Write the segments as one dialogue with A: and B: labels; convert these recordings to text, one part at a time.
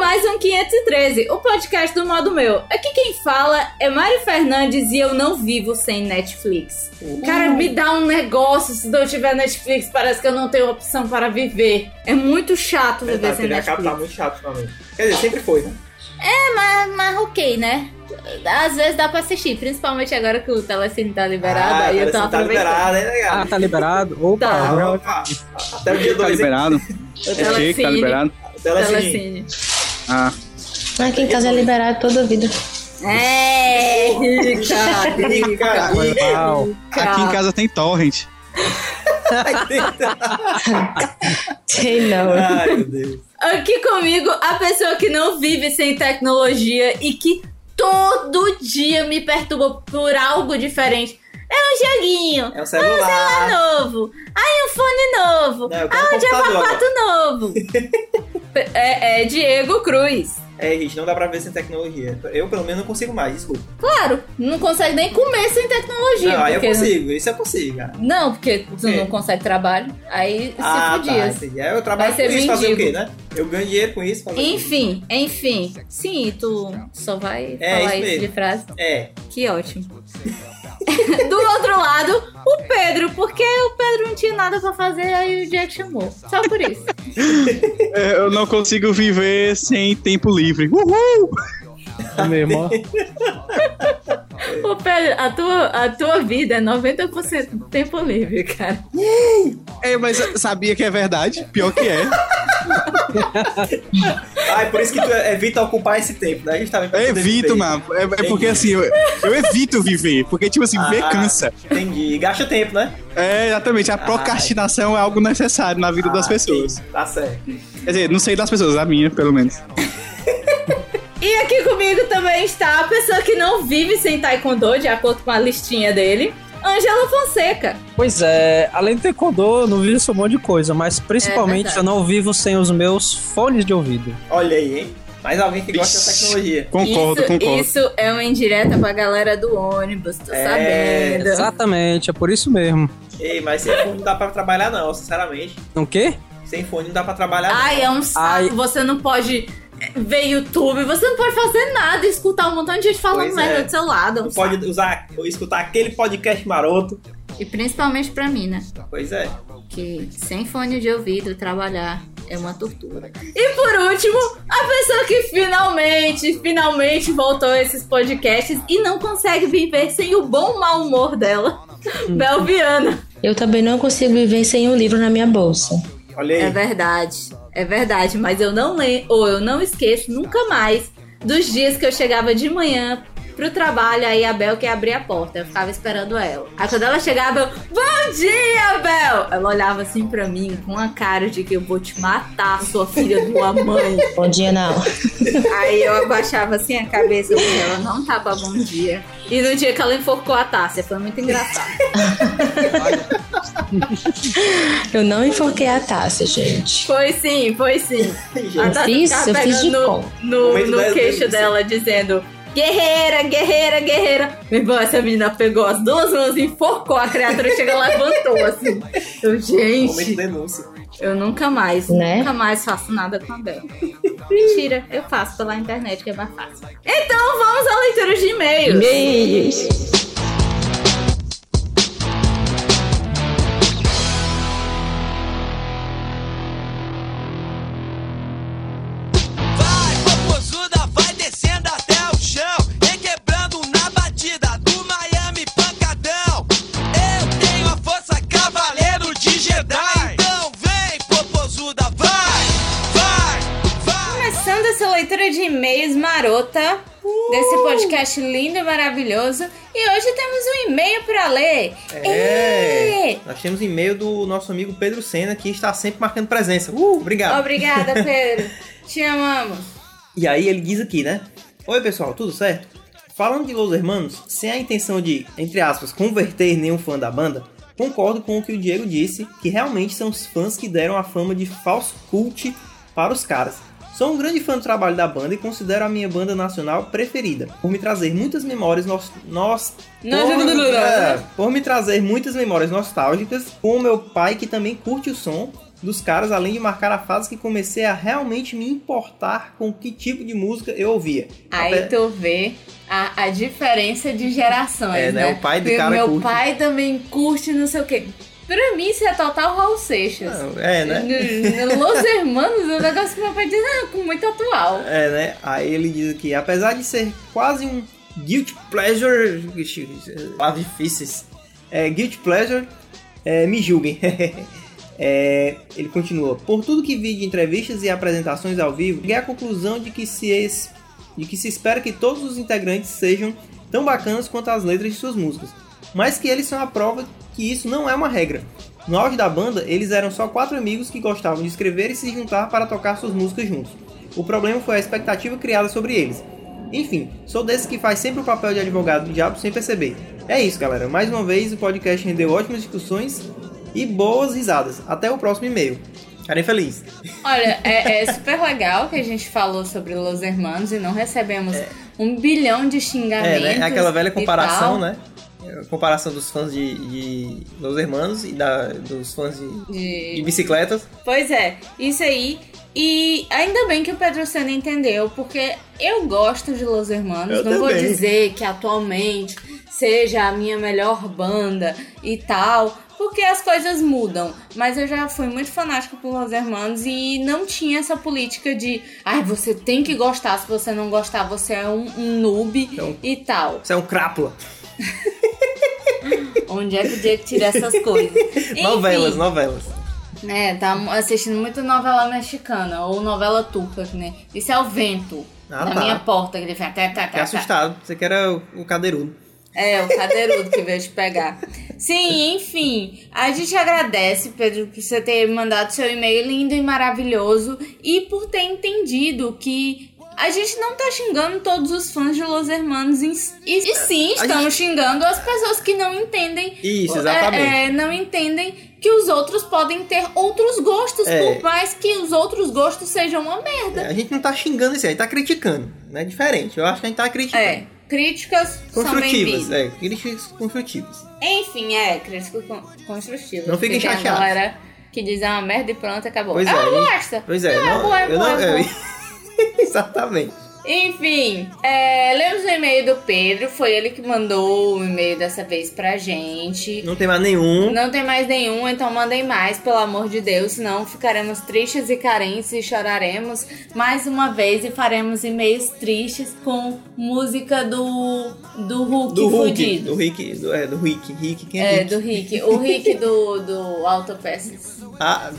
A: mais um 513, o podcast do modo meu. Aqui quem fala é Mário Fernandes e eu não vivo sem Netflix. Cara, me dá um negócio se não tiver Netflix, parece que eu não tenho opção para viver. É muito chato viver
B: Verdade,
A: sem
B: TV a cabo tá
A: Netflix.
B: muito chato ultimamente. Quer dizer, sempre foi, né?
A: É, mas, mas ok, né? Às vezes dá pra assistir, principalmente agora que o Telecine tá liberado,
B: ah,
A: aí eu tô
B: tá
A: aproveitando.
B: liberado, hein, legal.
C: Ah, tá liberado? Opa,
A: Tá.
C: agora
B: Opa, Até o dia 2, hein? é
C: tá
B: assim.
C: liberado.
A: O
C: É chique, tá liberado.
B: Telecine.
A: Telecine.
C: Ah,
D: Aqui em casa é liberado toda a vida.
A: É, rica, rica.
B: Rica,
C: uau.
A: Cara.
E: Aqui em casa tem torrent.
D: Sei não.
B: Ai, meu Deus.
A: Aqui comigo, a pessoa que não vive sem tecnologia e que todo dia me perturba por algo diferente. É um joguinho
B: É um celular.
A: novo. Aí um fone novo.
B: Não, eu quero um
A: Onde é
B: computador agora.
A: papato novo? é, é Diego Cruz.
B: É, gente, não dá pra ver sem tecnologia. Eu, pelo menos, não consigo mais, desculpa.
A: Claro, não consegue nem comer sem tecnologia.
B: Não, Ah, aí eu
A: porque-
B: consigo, isso eu consigo, cara.
A: Não, porque tu
B: quê?
A: não consegue trabalho. Aí se
B: Ah, tá,
A: fudia.
B: entendi. Aí eu trabalho
A: tipo Vai ser
B: com isso, fazer o
A: mendigo.
B: quê, né? Eu ganho dinheiro com isso, fazer o quê?
A: Enfim, enfim. Sim, tu só vai
B: É,
A: falar
B: isso
A: isso, de
B: mesmo.
A: frase.
B: É,
A: Que ótimo. Do outro lado, o Pedro, porque o Pedro não tinha nada pra fazer, aí o Jack chamou. Só por isso.
E: É, Eu não consigo viver sem tempo livre. Uhul!
C: Meu irmão.
A: O Pedro, a tua, a tua vida é 90% do tempo livre, cara.
E: É, mas eu sabia que é verdade? Pior que é.
B: Ah, é por isso que tu evita ocupar esse tempo, né? Justamente pra
E: Eu
B: poder
E: evito,
B: viver.
E: mano. É, é porque assim, eu, eu evito viver. Porque, tipo assim, viver
B: Ah.
E: cansa.
B: Entendi. E Gasta tempo, né?
E: É, exatamente. A procrastinação é algo necessário na vida
B: Ah,
E: das pessoas.
B: entendi. Tá certo.
E: Quer dizer, não sei das pessoas, da minha, pelo menos.
A: E aqui comigo também está a pessoa que não vive sem taekwondo, de acordo com a listinha dele, Ângela Fonseca.
C: Pois é, além do Taekwondo, eu não vivo sem um monte de coisa, mas principalmente
A: É verdade.
C: eu não vivo sem os meus fones de ouvido.
B: Olha aí, hein? Mais alguém que gosta da tecnologia.
E: Concordo,
A: isso,
E: concordo.
A: Isso é uma indireta pra galera do ônibus, tô
B: É,
A: sabendo.
C: Exatamente, é por isso mesmo.
B: Ei, mas sem fone não dá pra trabalhar, não, sinceramente.
C: O quê?
B: Sem fone não dá pra trabalhar. não.
A: Ai, é um saco.
C: Ai.
A: Você não pode ver YouTube, você não pode fazer nada, escutar um montão de gente falando
B: Pois
A: merda
B: é.
A: do seu lado. é um
B: Não
A: saco.
B: pode usar, escutar aquele podcast maroto.
A: E principalmente pra mim, né?
B: Pois é.
A: Que sem fone de ouvido trabalhar é uma tortura. E por último, a pessoa que finalmente, finalmente voltou a esses podcasts e não consegue viver sem o bom mau humor dela. Belviana.
D: Eu também não consigo viver sem um livro na minha bolsa.
B: Olha aí.
A: É verdade, é verdade, mas eu não lembro, ou eu não esqueço nunca mais dos dias que eu chegava de manhã pro trabalho, aí a Bel que abria a porta, eu ficava esperando ela. Aí quando ela chegava, eu, bom dia, Bel! Ela olhava assim pra mim com a cara de que eu vou te matar, sua filha de uma mãe.
D: Bom dia, não.
A: Aí eu abaixava assim a cabeça porque ela não tava bom dia. E no dia que ela enforcou a Tássia, foi muito engraçado.
D: Eu não enforquei a taça, gente.
A: Foi sim, foi sim. A Tata
D: fiz-
A: ficava
D: eu fiz de
A: pegando
D: cor.
A: no,
B: Momento
A: no
B: das
A: queixo
B: vezes.
A: dela, dizendo: Guerreira, guerreira, guerreira. Meu irmão, essa menina pegou as duas mãos, enforcou a criatura, chega e levantou assim. Eu,
B: Momento de
A: gente,
B: denúncia.
A: eu nunca mais,
D: Né?
A: nunca mais faço nada com a Bela. Mentira, eu faço pela internet, que é mais fácil. Então vamos à leitura de e-mails.
D: Beijos.
F: Vai, popozuda, vai descendo até o chão. E quebrando na batida do Miami Pancadão. Eu tenho a força cavaleiro de Jedi. Então vem, popozuda, vai, vai, vai.
A: Começando essa leitura de e-mails marota desse podcast lindo e maravilhoso. E hoje temos um e-mail pra ler.
B: É.
A: Ê!
B: Nós temos e-mail do nosso amigo Pedro Senna, que está sempre marcando presença. Uh, obrigado.
A: Obrigada, Pedro. Te amamos.
B: E aí ele diz aqui, né? Oi pessoal, tudo certo? Falando de Los Hermanos, sem a intenção de, entre aspas, converter nenhum fã da banda, concordo com o que o Diego disse, que realmente são os fãs que deram a fama de falso cult para os caras. Sou um grande fã do trabalho da banda e considero a minha banda nacional preferida, por me trazer muitas memórias nos... nos
A: né?
B: é, por, é, por me trazer muitas memórias nostálgicas com o meu pai que também curte o som dos caras, além de marcar a fase que comecei a realmente me importar com que tipo de música eu ouvia. Até-
A: Aí tu vê a, a diferença de gerações,
B: É, né?
A: né?
B: O pai do
A: Meu-
B: cara
A: Meu
B: curte.
A: pai também curte não sei o quê. Pra mim, isso é total Raul Seixas.
B: Não, é, né?
A: No- no Los Hermanos, o negócio que meu pai diz é muito atual.
B: É, né? Aí ele diz aqui, apesar de ser quase um guilt pleasure, Ixi, palavras difíceis, é, guilt pleasure, é, me julguem. É, ele continua, por tudo que vi de entrevistas e apresentações ao vivo, cheguei à conclusão de que se es- de que se espera que todos os integrantes sejam tão bacanas quanto as letras de suas músicas, mas que eles são a prova que isso não é uma regra. No auge da banda, eles eram só quatro amigos que gostavam de escrever e se juntar para tocar suas músicas juntos. O problema foi a expectativa criada sobre eles. Enfim, sou desse que faz sempre o papel de advogado do diabo sem perceber. É isso, galera. Mais uma vez, o podcast rendeu ótimas discussões e boas risadas. Até o próximo e-mail. Ficarem felizes.
A: Olha, é, é super legal que a gente falou sobre Los Hermanos e não recebemos um bilhão de
B: É,
A: xingamentos.
B: né? É aquela velha
A: e
B: comparação,
A: tal,
B: né? É, Comparação dos fãs de, de Los Hermanos e da, dos fãs de,
A: de-
B: de bicicletas.
A: Pois é, isso aí. E ainda bem que o Pedro Senna entendeu, porque eu gosto de Los Hermanos.
B: Eu
A: não vou
B: também.
A: dizer que atualmente seja a minha melhor banda e tal, porque as coisas mudam. Mas eu já fui muito fanática por Los Hermanos e não tinha essa política de ai, você tem que gostar, se você não gostar, você é um, um noob
B: Então-
A: e tal.
B: Isso é um crápula.
A: Onde é que o Diego tira essas coisas?
B: Novelas,
A: Enfim.
B: novelas.
A: É, tá assistindo muita novela mexicana ou novela turca, né? Isso é o vento
B: Ah,
A: na
B: tá.
A: minha porta que ele vem. Tá, tá, tá,
B: Fiquei
A: tá.
B: assustado. Você que era o, o cadeirudo.
A: É, o cadeirudo que veio te pegar. Sim, enfim, a gente agradece, Pedro, por você ter mandado seu e-mail lindo e maravilhoso e por ter entendido que a gente não tá xingando todos os fãs de Los Hermanos e, e- e sim,
B: É, A
A: estamos xingando as pessoas que não entendem
B: Isso, exatamente.
A: é, é, não entendem que os outros podem ter outros gostos,
B: É.
A: por mais que os outros gostos sejam uma merda.
B: É, A gente não tá xingando isso aí, a gente tá criticando. Não é diferente. Eu acho que a gente tá criticando.
A: É, críticas são
B: Construtivas,
A: bem-vindas.
B: é, críticas construtivas.
A: Enfim, é, críticas con- construtivas.
B: Não fiquem
A: Porque tem a
B: chateados.
A: galera que diz é uma merda e pronto, acabou.
B: Pois é,
A: ah,
B: gente.
A: gosta!
B: Pois é,
A: Ah,
B: não,
A: boa,
B: eu
A: boa,
B: não.
A: boa.
B: eu- exatamente.
A: Enfim, é, lemos o e-mail do Pedro, foi ele que mandou o e-mail dessa vez pra gente.
B: Não tem mais nenhum.
A: Não tem mais nenhum, então mandem mais, pelo amor de Deus, senão ficaremos tristes e carentes e choraremos mais uma vez e faremos e-mails tristes com música do, do Hulk
B: do Hulk.
A: fudido.
B: Do Rick. Do, é, do Rick. Rick, quem é,
A: É,
B: Rick?
A: do Rick. O Rick do, do Autopeças.
B: Ah,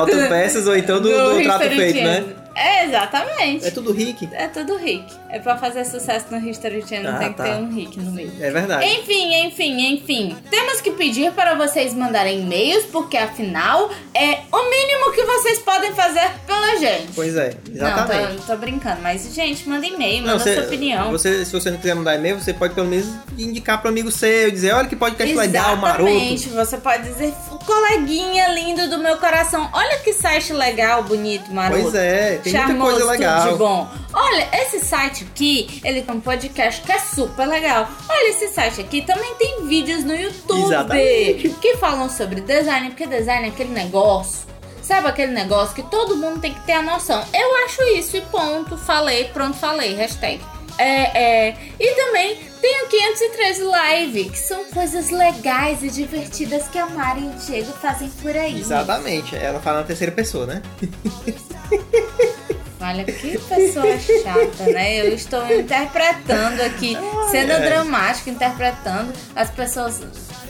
B: Autopeças ou então do, do
A: Rick
B: Trato Feito, né?
A: Ferrugino. É, exatamente.
B: É tudo Rick.
A: É tudo Rick. É pra fazer sucesso no History Channel,
B: Ah,
A: tem que
B: tá.
A: ter um Rick no meio.
B: É verdade.
A: Enfim, enfim, enfim. Temos que pedir para vocês mandarem e-mails, porque afinal é o mínimo que vocês podem fazer pela gente.
B: Pois é, exatamente.
A: Não, tô, tô brincando, mas gente, manda e-mail, manda
B: Não, você-
A: sua opinião.
B: você- se você não quiser mandar e-mail, você pode pelo menos indicar para amigo seu, dizer, olha que podcast legal, maroto.
A: Exatamente, você pode dizer, coleguinha lindo do meu coração, olha que site legal, bonito, maroto.
B: Pois é, tem muita
A: Charmoso,
B: coisa
A: tudo de
B: legal.
A: bom. Olha, esse site aqui, ele tem um podcast que é super legal. Olha, esse site aqui também tem vídeos no YouTube
B: Exatamente.
A: que falam sobre design, porque design é aquele negócio. Sabe aquele negócio que todo mundo tem que ter a noção? Eu acho isso e ponto. Falei, pronto, falei. Hashtag. É, é. E também tem o 513 Live, que são coisas legais e divertidas que a Mari e o Diego fazem por aí.
B: Exatamente, ela fala na terceira pessoa, né?
A: Olha que pessoa chata, né? Eu estou interpretando aqui, sendo
B: ai. é.
A: dramática, interpretando as pessoas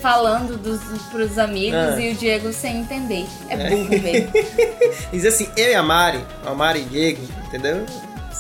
A: falando dos, pros amigos
B: Ah.
A: e o Diego sem entender. É burro mesmo.
B: Diz assim, eu e a Mari, a Mari e Diego, entendeu?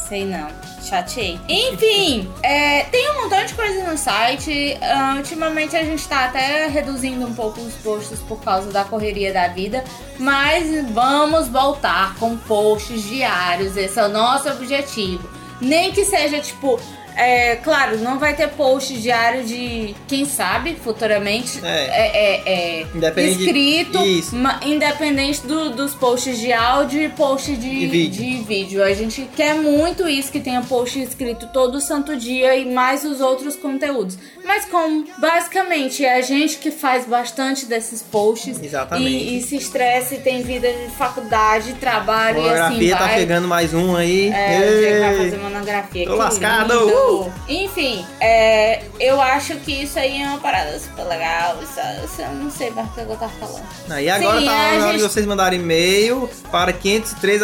A: Sei não. Chateei. Enfim, é, tem um montão de coisa no site. Ah, ultimamente a gente tá até reduzindo um pouco os posts por causa da correria da vida. Mas vamos voltar com posts diários. Esse é o nosso objetivo. Nem que seja tipo. É, claro, não vai ter post diário de quem sabe futuramente.
B: É.
A: é, é, é
B: Independente de-
A: escrito,
B: Isso.
A: ma- independente do- dos posts de áudio e post de,
B: E vídeo.
A: de vídeo. A gente quer muito isso que tenha post escrito todo santo dia e mais os outros conteúdos. Mas como basicamente é a gente que faz bastante desses posts
B: Exatamente.
A: e, e se estressa e tem vida de faculdade, trabalho e assim
B: Pornografia tá
A: vai.
B: pegando mais um aí.
A: É, o Diego vai
B: Ei!
A: fazer monografia.
B: Tô
A: que
B: lascado!
A: lindo. Enfim, é, eu acho que isso aí é uma parada super legal. Isso, isso eu não sei mais o que eu tava falando.
B: Ah, e agora
A: Sim,
B: tá
A: a
B: na hora de
A: gente-
B: vocês mandarem e-mail para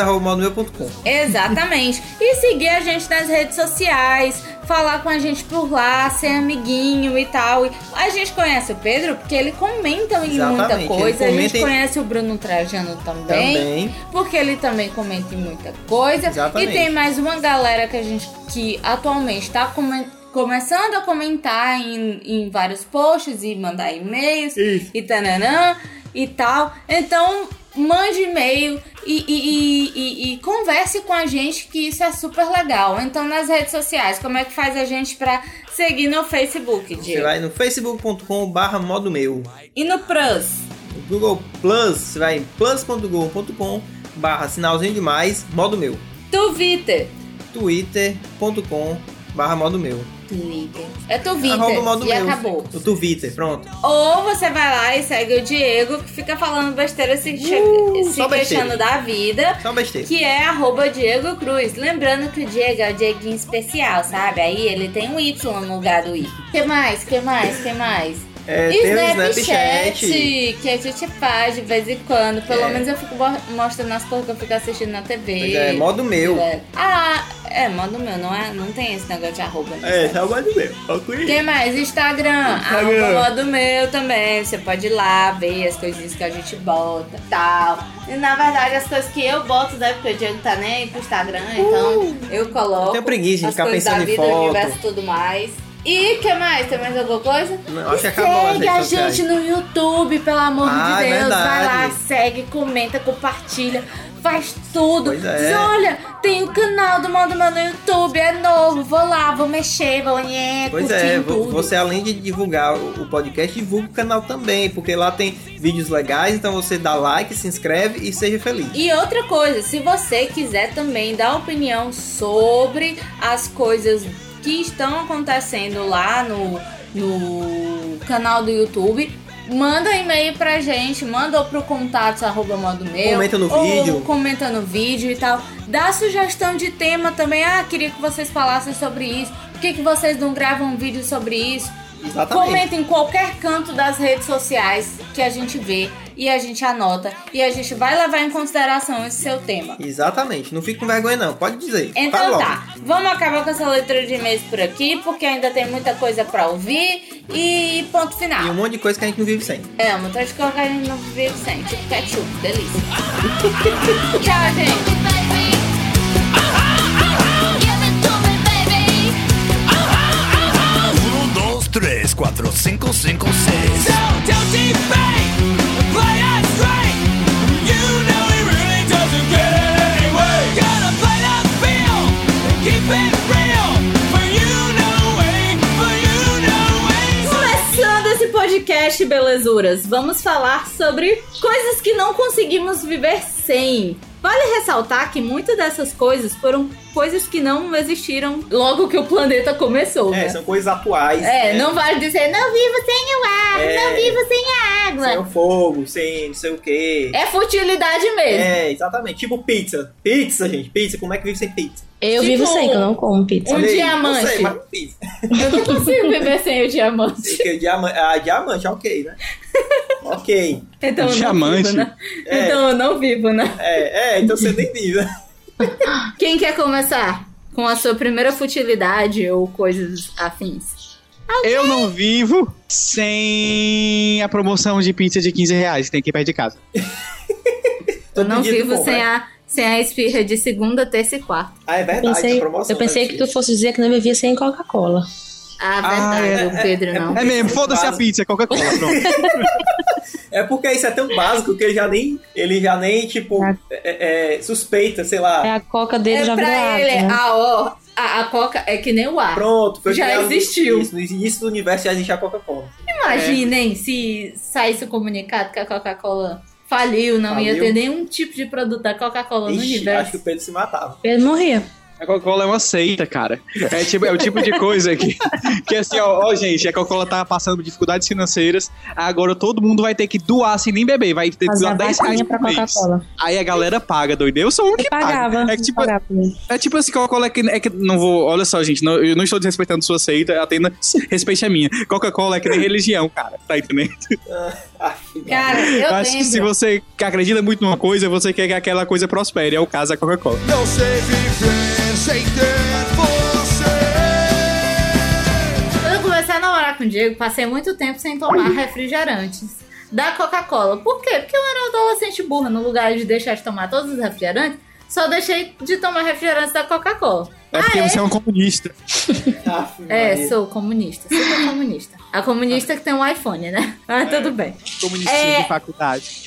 B: 503.com.
A: Exatamente. E seguir a gente nas redes sociais, falar com a gente por lá, ser amiguinho e tal. E A gente conhece o Pedro porque ele comenta em
B: Exatamente,
A: muita
B: ele
A: coisa. A
B: comenta
A: gente
B: em-
A: conhece o Bruno Trajano também.
B: Também.
A: porque ele também comenta em muita coisa.
B: Exatamente.
A: E tem mais uma galera que a gente que atualmente está come- começando a comentar em, em vários posts e mandar e-mails e tananã e tal. Então mande e-mail e, e- e- e- e converse com a gente que isso é super legal. Então nas redes sociais, como é que faz a gente pra seguir no Facebook,
B: Você
A: Diego?
B: vai no facebook.com barra modo meu.
A: E no Prus?
B: No Google Plus, você vai em plus.google.com barra sinalzinho demais, modo meu.
A: Twitter.
B: twitter.com barra modo meu.
A: Twitter. É
B: Arroba modo
A: Twitter. E
B: meu.
A: acabou.
B: O Twitter, pronto.
A: Ou você vai lá e segue o Diego, que fica falando besteira se, che- se
B: Uh, só besteira.
A: queixando da vida,
B: Só besteira.
A: que é arroba Diego Cruz. Lembrando que o Diego é o Dieguinho especial, sabe? Aí ele tem um Y no lugar do I. Que mais? Que mais? Que mais?
B: É,
A: E
B: tem o
A: Snapchat,
B: Snapchat.
A: que a gente faz de vez em quando. Pelo
B: É.
A: menos eu fico bo- mostrando as coisas que eu fico assistindo na TV.
B: Pois é, modo meu.
A: É. Ah, é, modo meu, não, é, não tem esse negócio de arroba. né? no
B: É,
A: Snapchat.
B: só modo meu. Ok.
A: Quem mais? Instagram.
B: Instagram.
A: Arroba modo meu também. Você pode ir lá ver as coisinhas que a gente bota e tal. E na verdade, as coisas que eu boto, né? Porque o Diego tá nem aí pro Instagram, então eu coloco.
B: Eu Uh! tenho preguiça de
A: as
B: ficar
A: coisas
B: pensando
A: da
B: em
A: vida,
B: foto.
A: do universo e tudo mais. E que mais? Tem mais alguma coisa?
B: Não, né? acho que
A: E
B: acabou as
A: segue
B: redes
A: a
B: sociais.
A: gente no YouTube, pelo amor
B: Ah,
A: de
B: é
A: Deus. Vai lá,
B: verdade.
A: segue, comenta, compartilha, faz tudo.
B: Pois é.
A: Diz, Olha, tem o canal do Mando Mano no YouTube, é novo. Vou lá, vou mexer, vou nhé,
B: Pois
A: curtir
B: é, vo-
A: né? tudo.
B: você além de divulgar o o podcast, divulga o canal também, porque lá tem vídeos legais, então você dá like, se inscreve e seja feliz.
A: E outra coisa, se você quiser também dar opinião sobre as coisas que estão acontecendo lá no, no canal do YouTube, manda um e-mail pra gente, manda pro contato arroba modo meu.
B: Comenta no
A: ou
B: vídeo.
A: Comenta no vídeo e tal. Dá sugestão de tema também. Ah, queria que vocês falassem sobre isso. Por que, que vocês não gravam um vídeo sobre isso?
B: Exatamente.
A: Comenta em qualquer canto das redes sociais que a gente vê e a gente anota e a gente vai levar em consideração esse seu tema.
B: Exatamente, não fique com vergonha não, pode dizer. Fala
A: Então
B: logo.
A: tá, vamos acabar com essa leitura de e-mails por aqui, porque ainda tem muita coisa pra ouvir e ponto
B: E um
A: final.
B: monte de coisa que a gente não vive sem.
A: É, uma outra de coisa que a gente não vive sem, tipo ketchup, delícia. Tchau, gente!
G: Um, dois, três, quatro, cinco, cinco, seis.
A: Começando esse podcast, belezuras, vamos falar sobre coisas que não conseguimos viver sem. Vale ressaltar que muitas dessas coisas foram coisas que não existiram logo que o planeta começou. né?
B: É, coisas atuais. né?
A: É, não vale dizer não vivo sem o ar,
B: É.
A: não vivo sem a água.
B: o fogo, sem não sei o quê.
A: né? É futilidade mesmo.
B: É, exatamente. Tipo pizza. Pizza, gente. Pizza, como é que vive sem pizza?
D: Eu
A: Tipo-
D: vivo sem, que eu não como pizza.
A: Um
B: Olha aí,
A: diamante.
B: Não sei, mas pizza.
A: Eu não consigo viver sem o diamante.
B: Porque diamante, ah, diamante, ok, né? ok.
A: Então eu não
E: Diamante.
A: vivo, né?
B: É.
A: Então eu não vivo, né?
B: É, é, então você nem vive, né?
A: Quem quer começar com a sua primeira futilidade ou coisas afins?
E: Eu não vivo sem a promoção de pizza de 15 reais que tem aqui perto de casa.
A: Eu não
B: Todo dia tu
A: vivo
B: compra,
A: sem
B: né?
A: a, sem a espirra de segunda, terça e quarta.
B: Ah, é verdade,
D: Pensei-
B: a promoção.
D: eu pensei
B: né,
D: que
B: filho?
D: tu fosse dizer que não bebia sem Coca-Cola.
A: Ah,
E: Ah,
A: verdade,
E: é-
A: o Pedro não.
E: É mesmo, foda-se a pizza, Coca-Cola, pronto.
B: É porque isso é tão básico que ele já nem, ele já nem tipo, é- é, suspeita, sei lá.
H: É a coca dele
A: É
H: já
A: pra
H: virou
A: ele,
H: água. né?
A: a, ó, a, a coca é que nem o ar.
B: Pronto, foi
A: Já
B: criado
A: existiu.
B: Isso, no início do universo já existe a Coca-Cola.
A: Imaginem se saísse o comunicado que a Coca-Cola faliu, não ia
B: Faliu.
A: ter nenhum tipo de produto da Coca-Cola no
B: Ixi, acho que
A: universo.
B: o Pedro se matava.
H: Ele morria.
E: A Coca-Cola é uma seita, cara. É, tipo, é o tipo de coisa que, que assim, ó, ó, gente, a Coca-Cola tá passando por dificuldades financeiras, agora todo mundo vai ter que doar sem nem beber, vai ter que
H: Fazia
E: doar 10 reais
H: vaquinha pra
E: por mês.
H: Coca-Cola.
E: Aí a galera paga, doido. Eu sou um que
H: E pagava.
E: paga. É que, tipo,
H: pagava.
E: é tipo assim, Coca-Cola é que, é que não vou... Olha só, gente, não- eu não estou desrespeitando sua seita, atenda, respeite a minha. Coca-Cola é que nem religião, cara, tá entendendo?
A: Cara, eu
E: acho que se
A: lembro.
E: você acredita muito numa coisa, você quer que aquela coisa prospere. É o caso da Coca-Cola.
G: Não sei viver sem ter você.
A: Quando eu comecei a namorar com o Diego, passei muito tempo sem tomar refrigerantes da Coca-Cola. Por quê? Porque eu era adolescente burra. No lugar de deixar de tomar todos os refrigerantes, só deixei de tomar refrigerantes da Coca-Cola.
E: É porque você é um comunista.
B: Aff,
A: É,
B: Maria.
A: sou comunista. Super comunista. A comunista que tem um iPhone, né? Mas tudo bem.
E: Comunista
A: É.
E: de faculdade.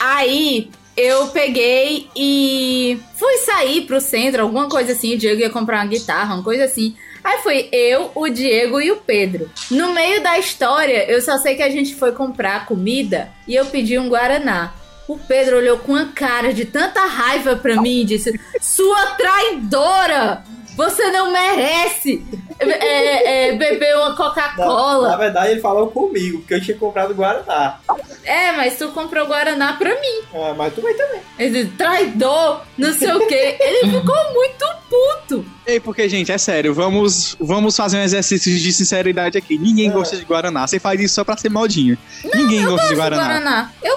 A: Aí eu peguei e fui sair pro centro, alguma coisa assim. O Diego ia comprar uma guitarra, uma coisa assim. Aí foi eu, o Diego e o Pedro. No meio da história, eu só sei que a gente foi comprar comida e eu pedi um Guaraná. O Pedro olhou com uma cara de tanta raiva pra mim e disse: Sua traidora! Você não merece é, é, beber uma Coca-Cola.
B: Na verdade, ele falou comigo, porque eu tinha comprado Guaraná.
A: É, mas tu comprou Guaraná pra mim.
B: Ah, mas tu vai também.
A: Ele disse, traidor, não sei o quê. Ele ficou muito puto.
E: Ei, porque, gente, é sério, vamos, vamos fazer um exercício de sinceridade aqui. Ninguém gosta de Guaraná. Você faz isso só pra ser maldinho. Ninguém gosta de
A: Gosto do
E: Guaraná.
A: Guaraná. Eu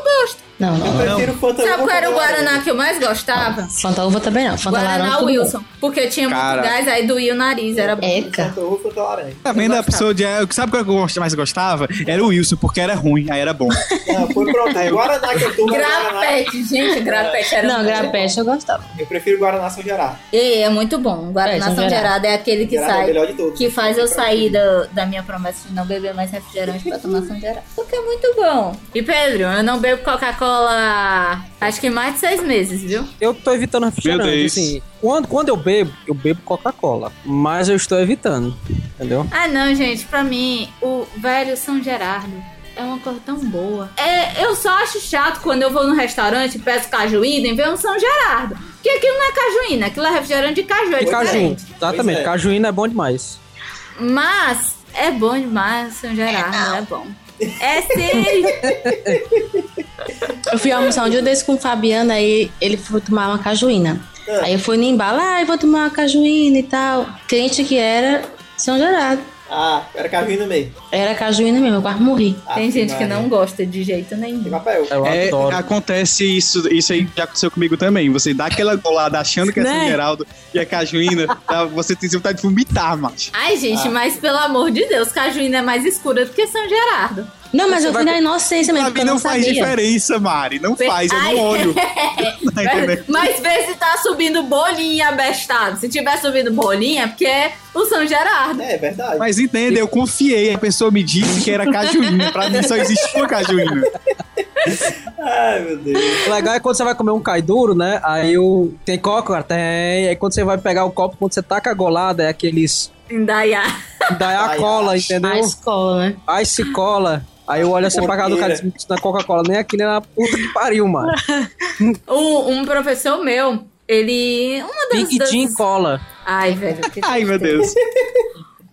D: Não,
B: Eu
D: não.
B: prefiro Fanta
A: sabe
B: Uva
A: qual era o
B: com
A: Guaraná que eu mais gostava?
D: Fanta uva também não. Fanta laranja.
A: Guaraná
D: tudo
A: Wilson. Porque tinha
E: Cara.
A: muito gás, aí doía o nariz. Era
D: bom.
A: bom.
D: Eca.
B: Fanta Uva, Fanta Laranja.
E: Tá vendo a
A: gostava.
E: pessoa de. Sabe qual é que eu gost- mais gostava? Era o Wilson, porque era ruim, aí era bom.
B: Não, foi pronto. É Guaraná que eu tomo. é Guaraná.
A: Grapete, gente, grapete era um
D: Não,
A: muito bom.
D: grapete eu gostava.
B: Eu prefiro Guaraná São Gerardo.
A: E é muito bom.
D: É,
A: Guaraná São
D: São Gerardo.
A: Gerardo é aquele que
B: Gerardo é o
A: sai.
B: melhor de todos.
A: Que faz eu sair da, da minha promessa de não beber mais refrigerante pra tomar São Gerardo. Porque é muito bom. E Pedro, eu não bebo Coca-Cola acho que mais de seis meses, viu?
C: Eu tô evitando refrigerante,
E: Deus.
C: assim. Quando, quando eu bebo, eu bebo Coca-Cola. Mas eu estou evitando, entendeu?
A: Ah, não, gente, pra mim, o velho São Gerardo é uma coisa tão boa. É, eu só acho chato quando eu vou num restaurante, peço cajuína e vem um São Gerardo. Porque aquilo não é cajuína, aquilo é refrigerante de caju, é
C: E caju,
A: diferente.
C: exatamente.
B: Pois é.
C: Cajuína é bom demais.
A: Mas é bom demais, São Gerardo, é bom. É sim!
D: Eu fui almoçar um dia desse com o Fabiano, aí ele foi tomar uma cajuína. Aí eu fui no embalo, ah, eu vou tomar uma cajuína e tal. Crente que era São Gerardo.
B: Ah, era Cajuna mesmo.
D: Era cajuína mesmo, eu quase morri.
A: Tem
B: Ah,
A: gente que
B: Maria.
A: não gosta de jeito nenhum.
B: Tem papel.
C: Eu
E: É,
C: adoro.
E: acontece isso, isso aí já aconteceu comigo também. Você dá aquela golada achando que é São
C: Né?
E: Geraldo e é Cajuína, tá? você tem vontade de vomitar, macho.
A: Ai, gente,
B: Ah.
A: mas pelo amor de Deus, cajuína é mais escura do que São Gerardo.
D: Não, mas
C: Você
D: eu fui
C: vai-
D: na inocência mesmo,
E: Pra
D: porque
E: mim
D: eu
E: não,
D: não,
E: faz
D: sabia.
E: diferença, Mari. Não faz, eu
A: Ai.
E: não olho. Tá entendendo?
A: Mas vê se tá subindo bolinha, bestado. Se tiver subindo bolinha, é porque é o São Gerardo.
B: É, é verdade.
E: Mas entenda, eu confiei, a pessoa me disse que era cajuína. Pra mim só existe uma cajuína.
B: Ai, meu Deus.
C: O legal é quando você vai comer um caiduro, né? Aí o... tem coca, cara? tem. Aí quando você vai pegar o copo, quando você taca a golada, é aqueles.
A: Indaiá.
C: Daí a
B: Ai,
C: cola,
B: ai.
C: entendeu?
D: Na escola, né?
C: Aí se cola. Aí eu olho assim pra cara do cara e digo, "Isso não é Coca-Cola, nem aqui, nem na puta que pariu, mano.
A: Um, um professor meu, ele. Uma das.
C: Big
A: das-
C: Jim cola.
A: Ai, velho. que-
E: Ai, meu Deus.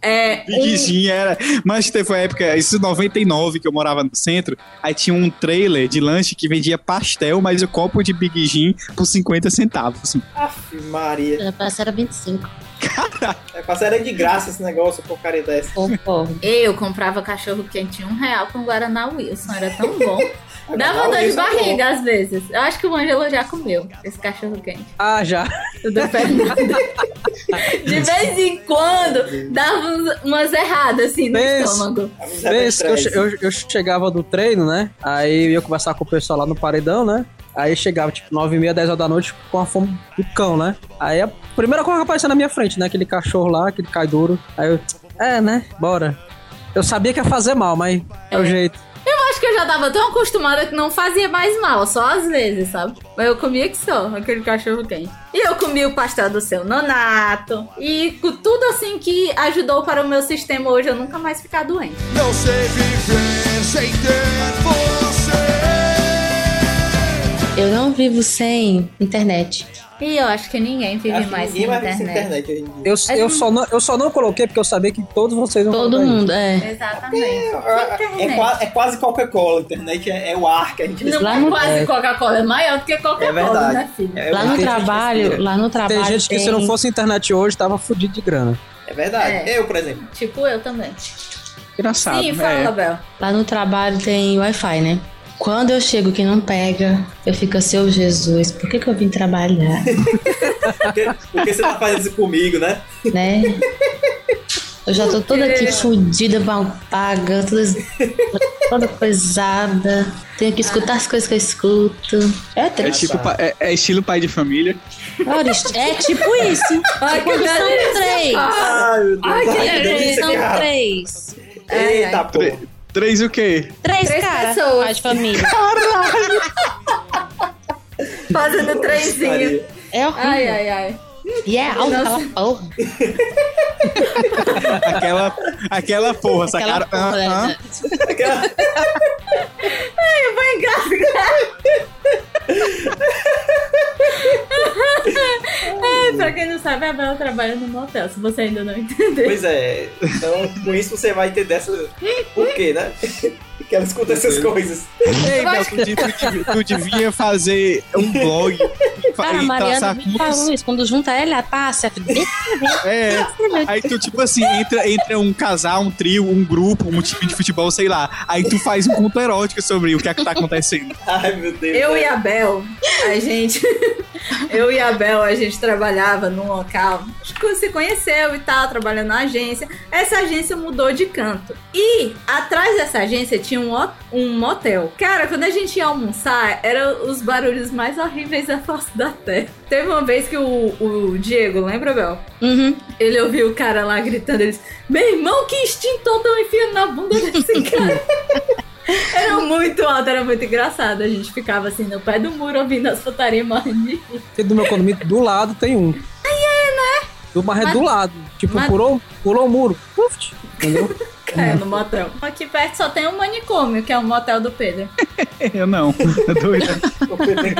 A: É.
E: Big Jim era. Mas teve uma época, isso em 99, que eu morava no centro. Aí tinha um trailer de lanche que vendia pastel, mas o copo de Big Jim por 50 centavos. assim.
B: Aff, Maria.
D: Eu era 25.
B: É, passar era de graça esse negócio, porcaria dessa.
D: Concordo.
A: Eu comprava cachorro quente um real com Guaraná Wilson, era tão bom. Dava
B: Agora,
A: dor de
B: isso é bom.
A: barriga às vezes. Eu acho que o Angelo já comeu esse cachorro quente.
C: Ah, já.
A: Do Dom Fernando. De vez em quando dava uns- umas erradas assim no
C: Pensa.
A: estômago.
B: A minha
C: Vez que eu,
B: estresse.
C: che- eu, eu chegava do treino, né? Aí eu ia conversar com o pessoal lá no paredão, né? Aí chegava, tipo, 9 e meia, 10 horas da noite, com a fome do cão, né? Aí a primeira coisa que apareceu na minha frente, né? Aquele cachorro lá, aquele cai duro. Aí eu, é, né? Bora. Eu sabia que ia fazer mal, mas é o jeito.
A: Eu acho acho que eu já tava tão acostumada que não fazia mais mal, só às vezes, sabe? Mas eu comia que só, aquele cachorro quente. E eu comi o pastel do seu nonato. E com tudo assim que ajudou para o meu sistema hoje eu nunca mais ficar doente.
F: Não sei viver sem ter você.
D: Eu não vivo sem internet.
A: E eu acho que ninguém vive
B: Acho que
A: mais sem
B: ninguém vai ver
A: internet.
B: essa internet hoje em dia.
C: Eu, eu, só não, eu só não coloquei porque eu sabia que todos vocês vão
D: É Todo
C: colocar
D: mundo, é.
A: Exatamente.
B: É,
A: Internet.
B: qua- é quase Coca-Cola, a internet é, é o ar que a gente
A: Não
D: Lá
A: é
D: no-
A: quase Coca-Cola, é maior do que
B: É
A: Coca-Cola, né,
B: verdade.
A: filho?
B: É,
D: Lá
B: tem
D: no
B: gente que
D: trabalho,
B: respira.
D: lá no
C: isso. Tem
D: trabalho.
C: gente que se não fosse internet hoje, tava fudido de grana.
B: É verdade.
A: É.
B: Eu, por exemplo.
A: Tipo eu também.
E: Engraçado.
A: Sim,
E: né?
A: fala, Bel.
D: Lá no trabalho tem Wi-Fi, né? Quando eu chego que não pega, eu fico assim, "Ô, Jesus, por que, que eu vim trabalhar?
B: Porque, porque você tá fazendo isso comigo, né?
D: né? Eu já tô toda
A: É.
D: aqui fudida, mal paga, toda, toda coisada. Tenho que escutar as coisas que eu escuto. É
E: É,
D: triste.
E: tipo, pa- é, é estilo pai de família.
D: Olha, É tipo isso.
A: Ai, que
D: Quando são
A: delícia.
D: três.
B: Ai, meu Deus.
A: Ai, que
B: Ai, que delícia, que
D: São
B: raro.
D: três.
A: Ai,
B: Eita, pô.
E: Tre- Três o quê?
D: Três,
A: Três
D: cara.
A: pessoas.
D: Pai de família.
A: Fazendo trenzinho.
B: Maria.
D: É horrível.
A: Ai, ai, ai.
D: E é alta
A: Nossa.
D: aquela porra.
E: Aquela, aquela porra,
D: Aquela
E: sacaram?
D: porra.
E: Ah, ah.
D: né?
A: Eu vou engasgar. Ai, É, pra quem não sabe, a Bel trabalha no motel, se você ainda não entendeu.
B: Pois é. Então, com isso você vai entender essa... Por quê, né? Que ela escuta essas coisas.
E: Ei, Bel, tu, de- tu de- tu devia fazer um blog e, fa-
D: Cara, a
E: e traçar
D: Ah, Mariana me um
E: cursos.
D: falou isso. Quando junta ela e a Tássia,
E: É. Aí tu, tipo assim, entra, entra um casal, um trio, um grupo, um time de futebol, sei lá. Aí tu faz um conto erótico sobre o que é que tá acontecendo.
B: Ai, meu Deus.
A: Eu e a Bel, a gente. eu e a Bel, a gente trabalhava num local. A gente se conheceu e tal, trabalhando na agência. Essa agência mudou de canto. E atrás dessa agência tinha um, ho- um motel. Cara, quando a gente ia almoçar, eram os barulhos mais horríveis da face da terra. Teve uma vez que o, o Diego, lembra, Bel?
D: Uhum.
A: Ele ouviu o cara lá gritando, ele disse, meu irmão, que extintor tão enfiando na bunda desse cara. Era muito alto, era muito engraçado. A gente ficava assim no pé do muro ouvindo as putarias morrendo. de rir.
C: Porque do meu condomínio, do lado tem um. Aí é, né? Do, mas é
A: Mas-
C: do lado. Tipo,
A: mas-
C: pulou, pulou o muro. Uft, entendeu?
A: É, no motel. Aqui perto só tem um manicômio, que é o motel do Pedro.
E: Eu não. Tá doida?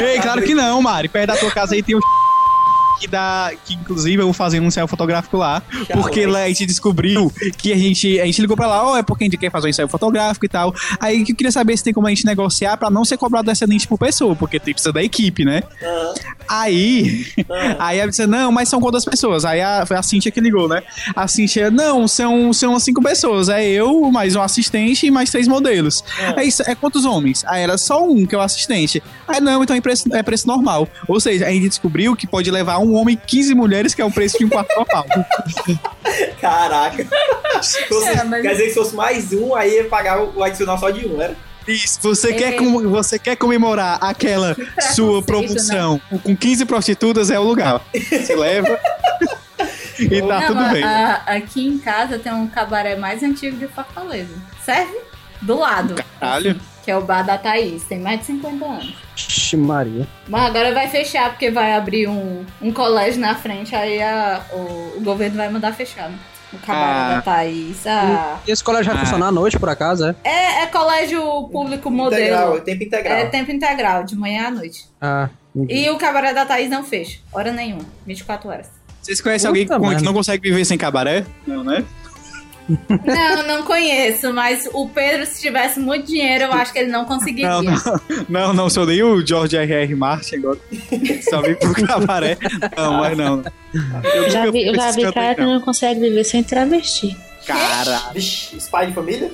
E: Ei, claro que não, Mari. Perto da tua casa aí tem o que dá. Que inclusive eu vou fazer um ensaio fotográfico lá. Porque lá a gente descobriu que a gente. A gente ligou pra lá, ó, é porque a gente quer fazer um ensaio fotográfico e tal. Aí que eu queria saber se tem como a gente negociar pra não ser cobrado excelente por pessoa, porque tem precisa da equipe, né?
B: Aham.
E: Aí,
B: Ah,
E: aí ela disse, não, mas são quantas pessoas? Aí a, foi a Cintia que ligou, né? A Cintia, não, são, são cinco pessoas. É eu, mais um assistente e mais três modelos. É isso, é quantos homens? Aí era só um que é o assistente. Aí não, então é preço, é preço normal. Ou seja, a gente descobriu que pode levar um homem e 15 mulheres, que é o preço de um quarto normal.
B: Caraca. Então, se-
A: É, mas-
B: Quer dizer que se fosse mais um, aí ia pagar o o adicional só de um, era?
E: E se você,
A: É. né?
E: quer, com- você quer comemorar aquela sua promoção com 15 prostitutas, é o lugar. Você leva e tá
A: Não,
E: tudo
A: mas
E: bem.
A: a- aqui em casa tem um cabaré mais antigo de Fortaleza. Serve? Do lado,
E: Caralho.
A: que é o bar da Thaís. Tem mais de 50 anos.
C: Vixe, Maria.
A: Mas agora vai fechar, porque vai abrir um, um colégio na frente, aí a- o, o governo vai mandar fechar, né? O cabaré
E: Ah.
A: da Thaís. ah.
C: E esse colégio vai
E: Ah.
C: funcionar à noite, por acaso, é?
A: É, é colégio público
B: Integral,
A: modelo.
B: tempo integral.
A: É tempo integral, de manhã à noite.
C: Ah, entendi.
A: E o cabaré da Thaís não fecha. Hora nenhuma. 24 horas.
E: Vocês conhecem
C: Puta
E: alguém com-
C: merda.
E: que não consegue viver sem cabaré? Não, né?
A: Não, não conheço, mas o Pedro, se tivesse muito dinheiro, eu acho que ele não conseguiria.
E: Não, não. Não, não, sou nem o George R.R. Martin agora. Só vim pro cabaré. Não, mas não.
D: Eu
E: Eu
D: já
E: nunca
D: vi, eu já
E: fui esses
D: vi
E: cantos
D: cara que
E: aí, não.
D: não consegue viver sem travesti.
E: Cara,
B: Vixe, esse pai de família?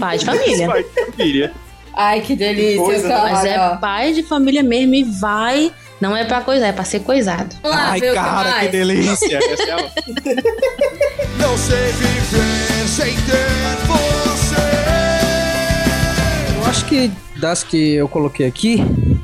D: Pai de família.
E: pai de família.
A: Ai, que delícia.
B: Coisa,
A: cara.
D: Mas é pai de família mesmo e vai. Não é pra coisar, é pra ser coisado.
A: Vamos lá,
E: Ai,
A: ver o
E: cara, que
A: que mais.
E: delícia. Essa é a-
F: Não sei viver sem ter você.
C: Eu acho que das que eu coloquei aqui,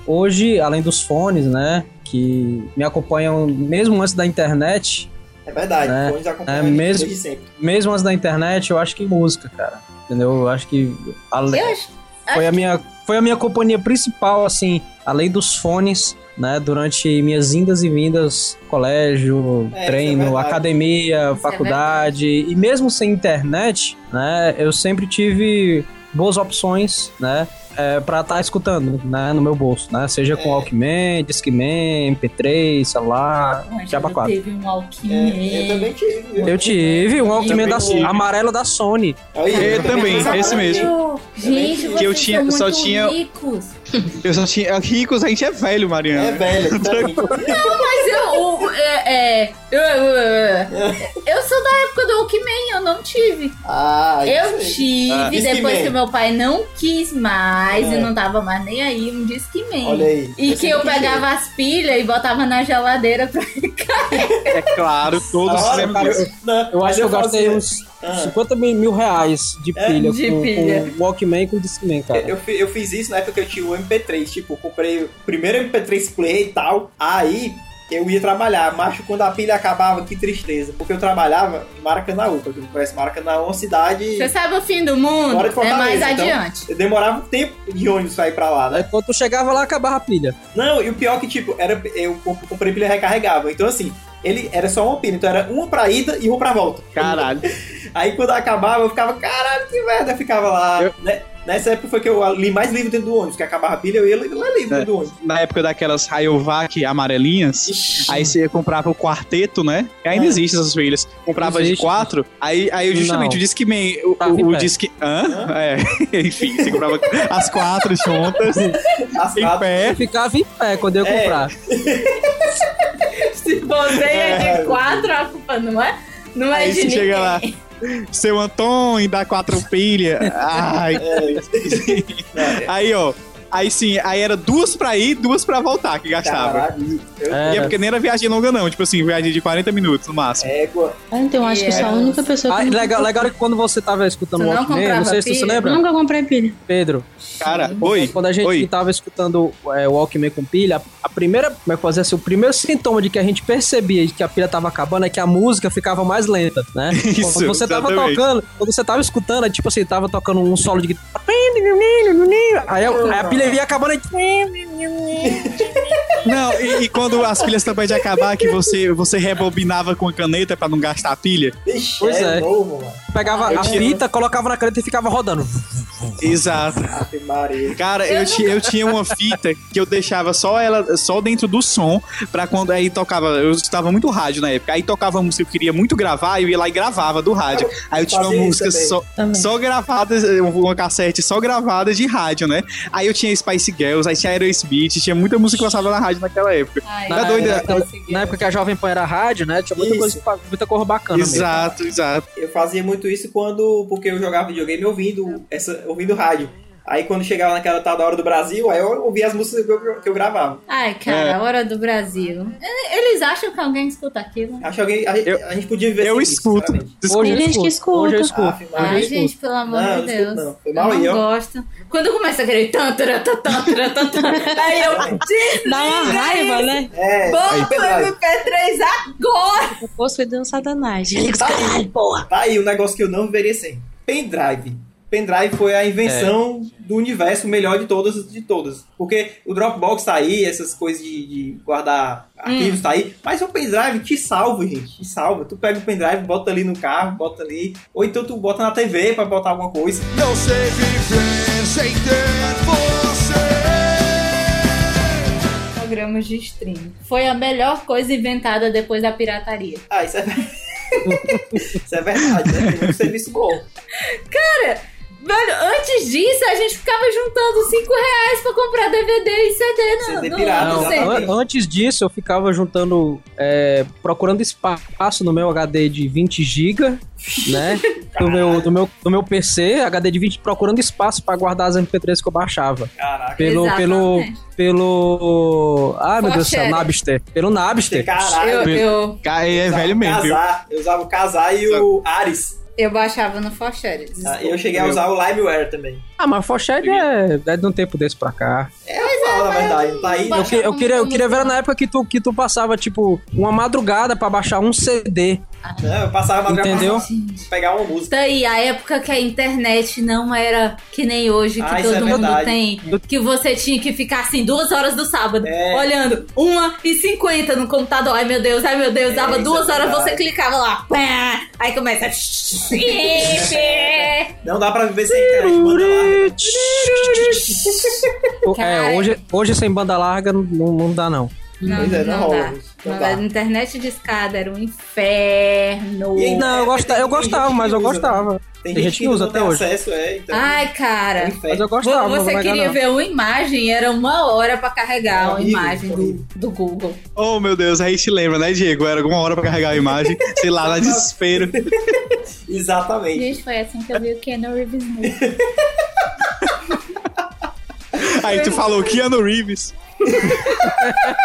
C: hoje, além dos fones, né? Que me acompanham mesmo antes da internet.
B: É verdade,
C: É,
B: o Jones acompanha
C: é
B: a gente
C: mesmo.
B: desde sempre.
C: Mesmo antes da internet, eu acho que música, cara. Entendeu? Eu acho que. Ale...
A: Eu acho,
C: Foi a minha, foi a minha companhia principal, assim, além dos fones, né? Durante minhas indas e vindas, colégio,
B: É, isso é
C: treino,
B: verdade.
C: academia,
A: Isso é
C: faculdade. e mesmo sem internet, né? Eu sempre tive boas opções, né? É, pra estar escutando, né? No meu bolso, né? Seja com
B: É.
C: Walkman, Discman, MP3,
B: Ah,
C: celular, Jabba 4.
A: Teve um
B: É,
A: alquimia.
B: eu também tive. viu?
C: Eu tive um Walkman
E: Também
C: da,
E: tive.
C: amarelo da Sony.
B: Aí,
E: Eu também, esse mesmo.
A: Gente,
B: Que
A: vocês
E: eu
A: são
E: tinha- só
A: muito
E: tinha-
A: ricos.
E: Eu só tinha. Ricos, a gente é velho,
B: É
E: Mariana.
B: velho. tá?
A: Mas eu, o- é, é, eu, eu- eu sou da época do Walkman, eu não tive.
B: Ah,
A: Eu
B: isso aí.
A: tive,
B: Ah,
A: depois
B: Discman.
A: que meu pai não quis mais
B: É.
A: e não tava mais nem aí, um Discman.
B: Olha aí. é
A: E que eu
B: sempre tive.
A: pegava as pilhas e botava na geladeira pra
E: É claro, todos
B: Agora,
E: lembram
B: cara,
E: disso.
B: não,
C: Eu
B: mas
C: acho que eu
B: falo
C: gastei
B: assim,
C: uns
B: Ah.
C: 50 mil, mil reais de
B: É,
C: pilha,
A: de
C: com,
A: pilha.
C: com Walkman e com Discman,
E: Tá
C: cara.
B: Eu, fi- eu fiz isso na época que eu tinha o MP3. Tipo, eu comprei o primeiro MP3 player e tal. Aí eu ia trabalhar. Mas quando a pilha acabava, que tristeza. Porque eu trabalhava em Maracanãú. Pra quem não conhece Maracanãú, é uma cidade.
A: Você sabe o fim do mundo?
B: Bora
A: É
B: de Fortaleza,
A: mais
B: então.
A: adiante.
B: Eu demorava um tempo de ônibus pra ir pra lá, né?
C: Aí quando tu chegava lá, acabava a pilha.
B: Não, e o pior que, tipo, era, eu comp- comprei pilha recarregável. Então, assim, ele era só uma pilha. Então era uma pra ida e uma pra volta.
E: Caralho.
B: Aí quando acabava, eu ficava, caralho, que merda, eu ficava lá.
E: Eu-
B: né? Nessa época foi que eu li mais livro dentro do ônibus, que acabava a pilha, eu ia ler ler livro
E: É.
B: dentro do ônibus.
E: Na época daquelas Rayovac amarelinhas.
B: Ixi.
E: Aí você comprava o quarteto, né? E ainda
B: É.
E: existe essas filhas. Comprava de
C: Existe.
E: quatro. Aí, aí eu justamente
C: Não.
E: o Discman. O,
C: Tava em
E: o, o
C: pé.
E: Disque. Hã? É. Enfim, você comprava as quatro juntas
B: As
E: em
B: quatro-
E: pé.
C: Eu ficava em pé quando eu ia
B: É.
C: comprar.
A: Se você é de quatro, a culpa não é, não é
E: Aí
A: de
E: você
A: ninguém.
E: chega lá. Seu Antônio dá quatro pilhas. Ai.
A: É
B: né?
E: Aí, ó. Aí sim, aí era duas pra ir, duas pra voltar que gastava.
B: Caralho. Eu-
E: E é
C: Era.
E: porque nem era viagem longa, não. Tipo assim, viagem de 40 minutos no
A: É.
E: máximo.
B: Égua.
D: Então, acho que eu sou a
A: Yeah.
D: única pessoa que
C: Aí,
D: nunca-
C: legal, legal é que quando você tava escutando
A: Tu
C: o
A: não
C: Walkman,
A: comprava
C: não sei se tu se
A: pilha?
C: lembra,
D: nunca comprei pilha.
C: Pedro. É,
E: Cara, oi.
C: Quando a gente
E: oi.
C: tava escutando é, o Walkman com pilha, a primeira, como é que fazia assim, o primeiro sintoma de que a gente percebia de que a pilha tava acabando é que a música ficava mais lenta, né?
E: Isso,
C: quando você tava
E: exatamente.
C: tocando, quando você tava escutando, é tipo assim, tava tocando um solo de guitarra. Aí, eu- aí a pilha ia acabando e...
E: Não, e, e quando as pilhas também de acabar, que você, você rebobinava com a caneta pra não gastar a pilha?
B: Vixe,
C: Pois
B: é,
C: é.
B: novo, mano.
C: Pegava
B: Eu
C: a
B: tinha-
C: fita, colocava na caneta e ficava rodando.
E: Exato.
B: Ave Maria.
E: Cara, eu, ti- eu tinha uma fita que eu deixava só ela só dentro do som pra quando aí tocava, eu escutava muito rádio na época. Aí tocava música que eu queria muito gravar, eu ia lá e gravava do rádio. Aí eu tinha uma
B: Fazia isso
E: música
B: também.
E: só,
D: Tá
E: só gravada, uma cassete só gravada de rádio, né? Aí eu tinha Spice Girls, aí tinha Aerosmith, tinha muita música que passava na rádio naquela época.
A: Ai,
E: Tá
A: eu
E: doido, né?
A: não consegui.
C: Na época que a Jovem Pan era rádio, né? Tinha muita,
B: Isso.
C: coisa, muita cor bacana mesmo.
E: exato, exato.
B: Eu fazia muito isso quando. Porque eu jogava videogame ouvindo, essa, ouvindo rádio. Aí quando chegava naquela tal da hora do Brasil, aí eu ouvia as músicas que eu, que eu gravava.
A: Ai, cara, a hora do Brasil. Eles acham que alguém escuta aquilo.
B: Acho que alguém, a, gente-
E: Eu-
B: a gente podia viver
E: eu
B: sem isso,
E: escuto.
B: sinceramente.
D: Tem gente que escuta.
C: Hoje eu
B: Ave
C: escuto.
B: Maria.
A: Ai, gente, pelo amor
B: Não,
A: de
B: não escuto,
A: Deus.
B: não. Foi
A: Eu
B: mal
A: não
B: aí, ó.
A: gosto. Quando começa aquele tan, tan, tan, tan, tan, tan, tan, aí eu diz
D: Dá uma raiva, né?
B: É,
A: banco
B: verdade.
A: MP3 agora!
D: O poço foi dando satanás.
B: Tá aí, Tá aí um negócio que eu não viveria sem. Pendrive. Pendrive foi a invenção
E: É.
B: do universo, o melhor de todas, de todas. Porque o Dropbox tá aí, essas coisas de, de guardar
C: Hum.
B: arquivos tá aí. Mas o pendrive te salva, gente. Te salva. Tu pega o pendrive, bota ali no carro, bota ali. Ou então tu bota na TV pra botar alguma coisa.
G: Não sei viver sem ter você.
A: Programas de stream. Foi a melhor coisa inventada depois da pirataria.
B: Ah, isso é, ver- isso é verdade, né? Tem um serviço bom.
A: Velho, antes disso, a gente ficava juntando 5 reais pra comprar DVD e CD no,
B: CD
A: no,
D: Ah,
B: pirata,
A: no
C: Não,
A: centro.
B: exatamente.
C: an- antes disso, eu ficava juntando, é, procurando espaço no meu HD de 20 GB, né? Do meu, do, meu, do meu PC, HD de 20, procurando espaço pra guardar as MP3 que eu baixava.
B: Caraca.
C: Pelo. pelo
A: Exatamente.
C: pelo. Ah, meu Deus do céu,
A: Forchere.
C: Napster. Pelo Napster.
B: Caralho.
A: Eu, eu,
E: Cara, ele é
B: usava
E: velho
B: o
E: mesmo, viu?
B: casar, Eu usava o casar e o Ares.
A: Eu baixava no Forshare.
B: Ah, eu cheguei a usar o LimeWare também.
C: Ah, mas Forshed é, é de um tempo desse pra cá.
B: É, fala, na verdade. Tá aí,
C: Eu, que- eu
D: Baixar
C: queria, eu
D: um-
C: queria ver na época que tu, que tu passava, tipo, uma madrugada pra baixar um CD.
B: né? Eu passava a madrugada
C: Entendeu?
B: pra pegar uma música.
A: Tá aí, a época que a internet não era que nem hoje, que
B: Ah, isso
A: todo
B: é
A: mundo
B: verdade.
A: tem. Que você tinha que ficar assim duas horas do sábado,
B: É.
A: olhando uma e cinquenta no computador. Ai meu Deus, ai meu Deus,
B: É,
A: dava
B: isso
A: duas
B: é
A: horas,
B: verdade.
A: você clicava lá. pá, aí começa.
B: Não dá pra viver sem internet. Manda
A: Uhum.
B: lá.
C: É, hoje, hoje sem banda larga não, não dá, não.
B: Pois é, não rola.
A: dá.
B: Não
A: Na
B: dá.
A: verdade, internet de escada era um inferno.
B: E ainda-
C: Não, eu, gosta, eu
B: Tem gente
C: gostava,
B: que
C: mas eu
B: usa,
C: gostava. Tem gente que usa
B: não
C: até
B: tem
C: hoje.
B: acesso, é, então.
A: Ai,
B: é um
A: cara.
B: inferno.
C: Mas eu gostava.
A: você
C: não
A: queria
C: não.
A: ver uma imagem, era uma hora pra carregar
B: É
A: uma
B: horrível,
A: imagem do,
B: horrível.
A: do Google.
E: Oh, meu Deus, aí se lembra, né, Diego? Era alguma hora pra carregar a imagem, sei lá, na desespero.
B: Exatamente.
A: Gente, foi assim que eu vi o Keanu Reeves nu.
E: Aí tu falou, Keanu Reeves.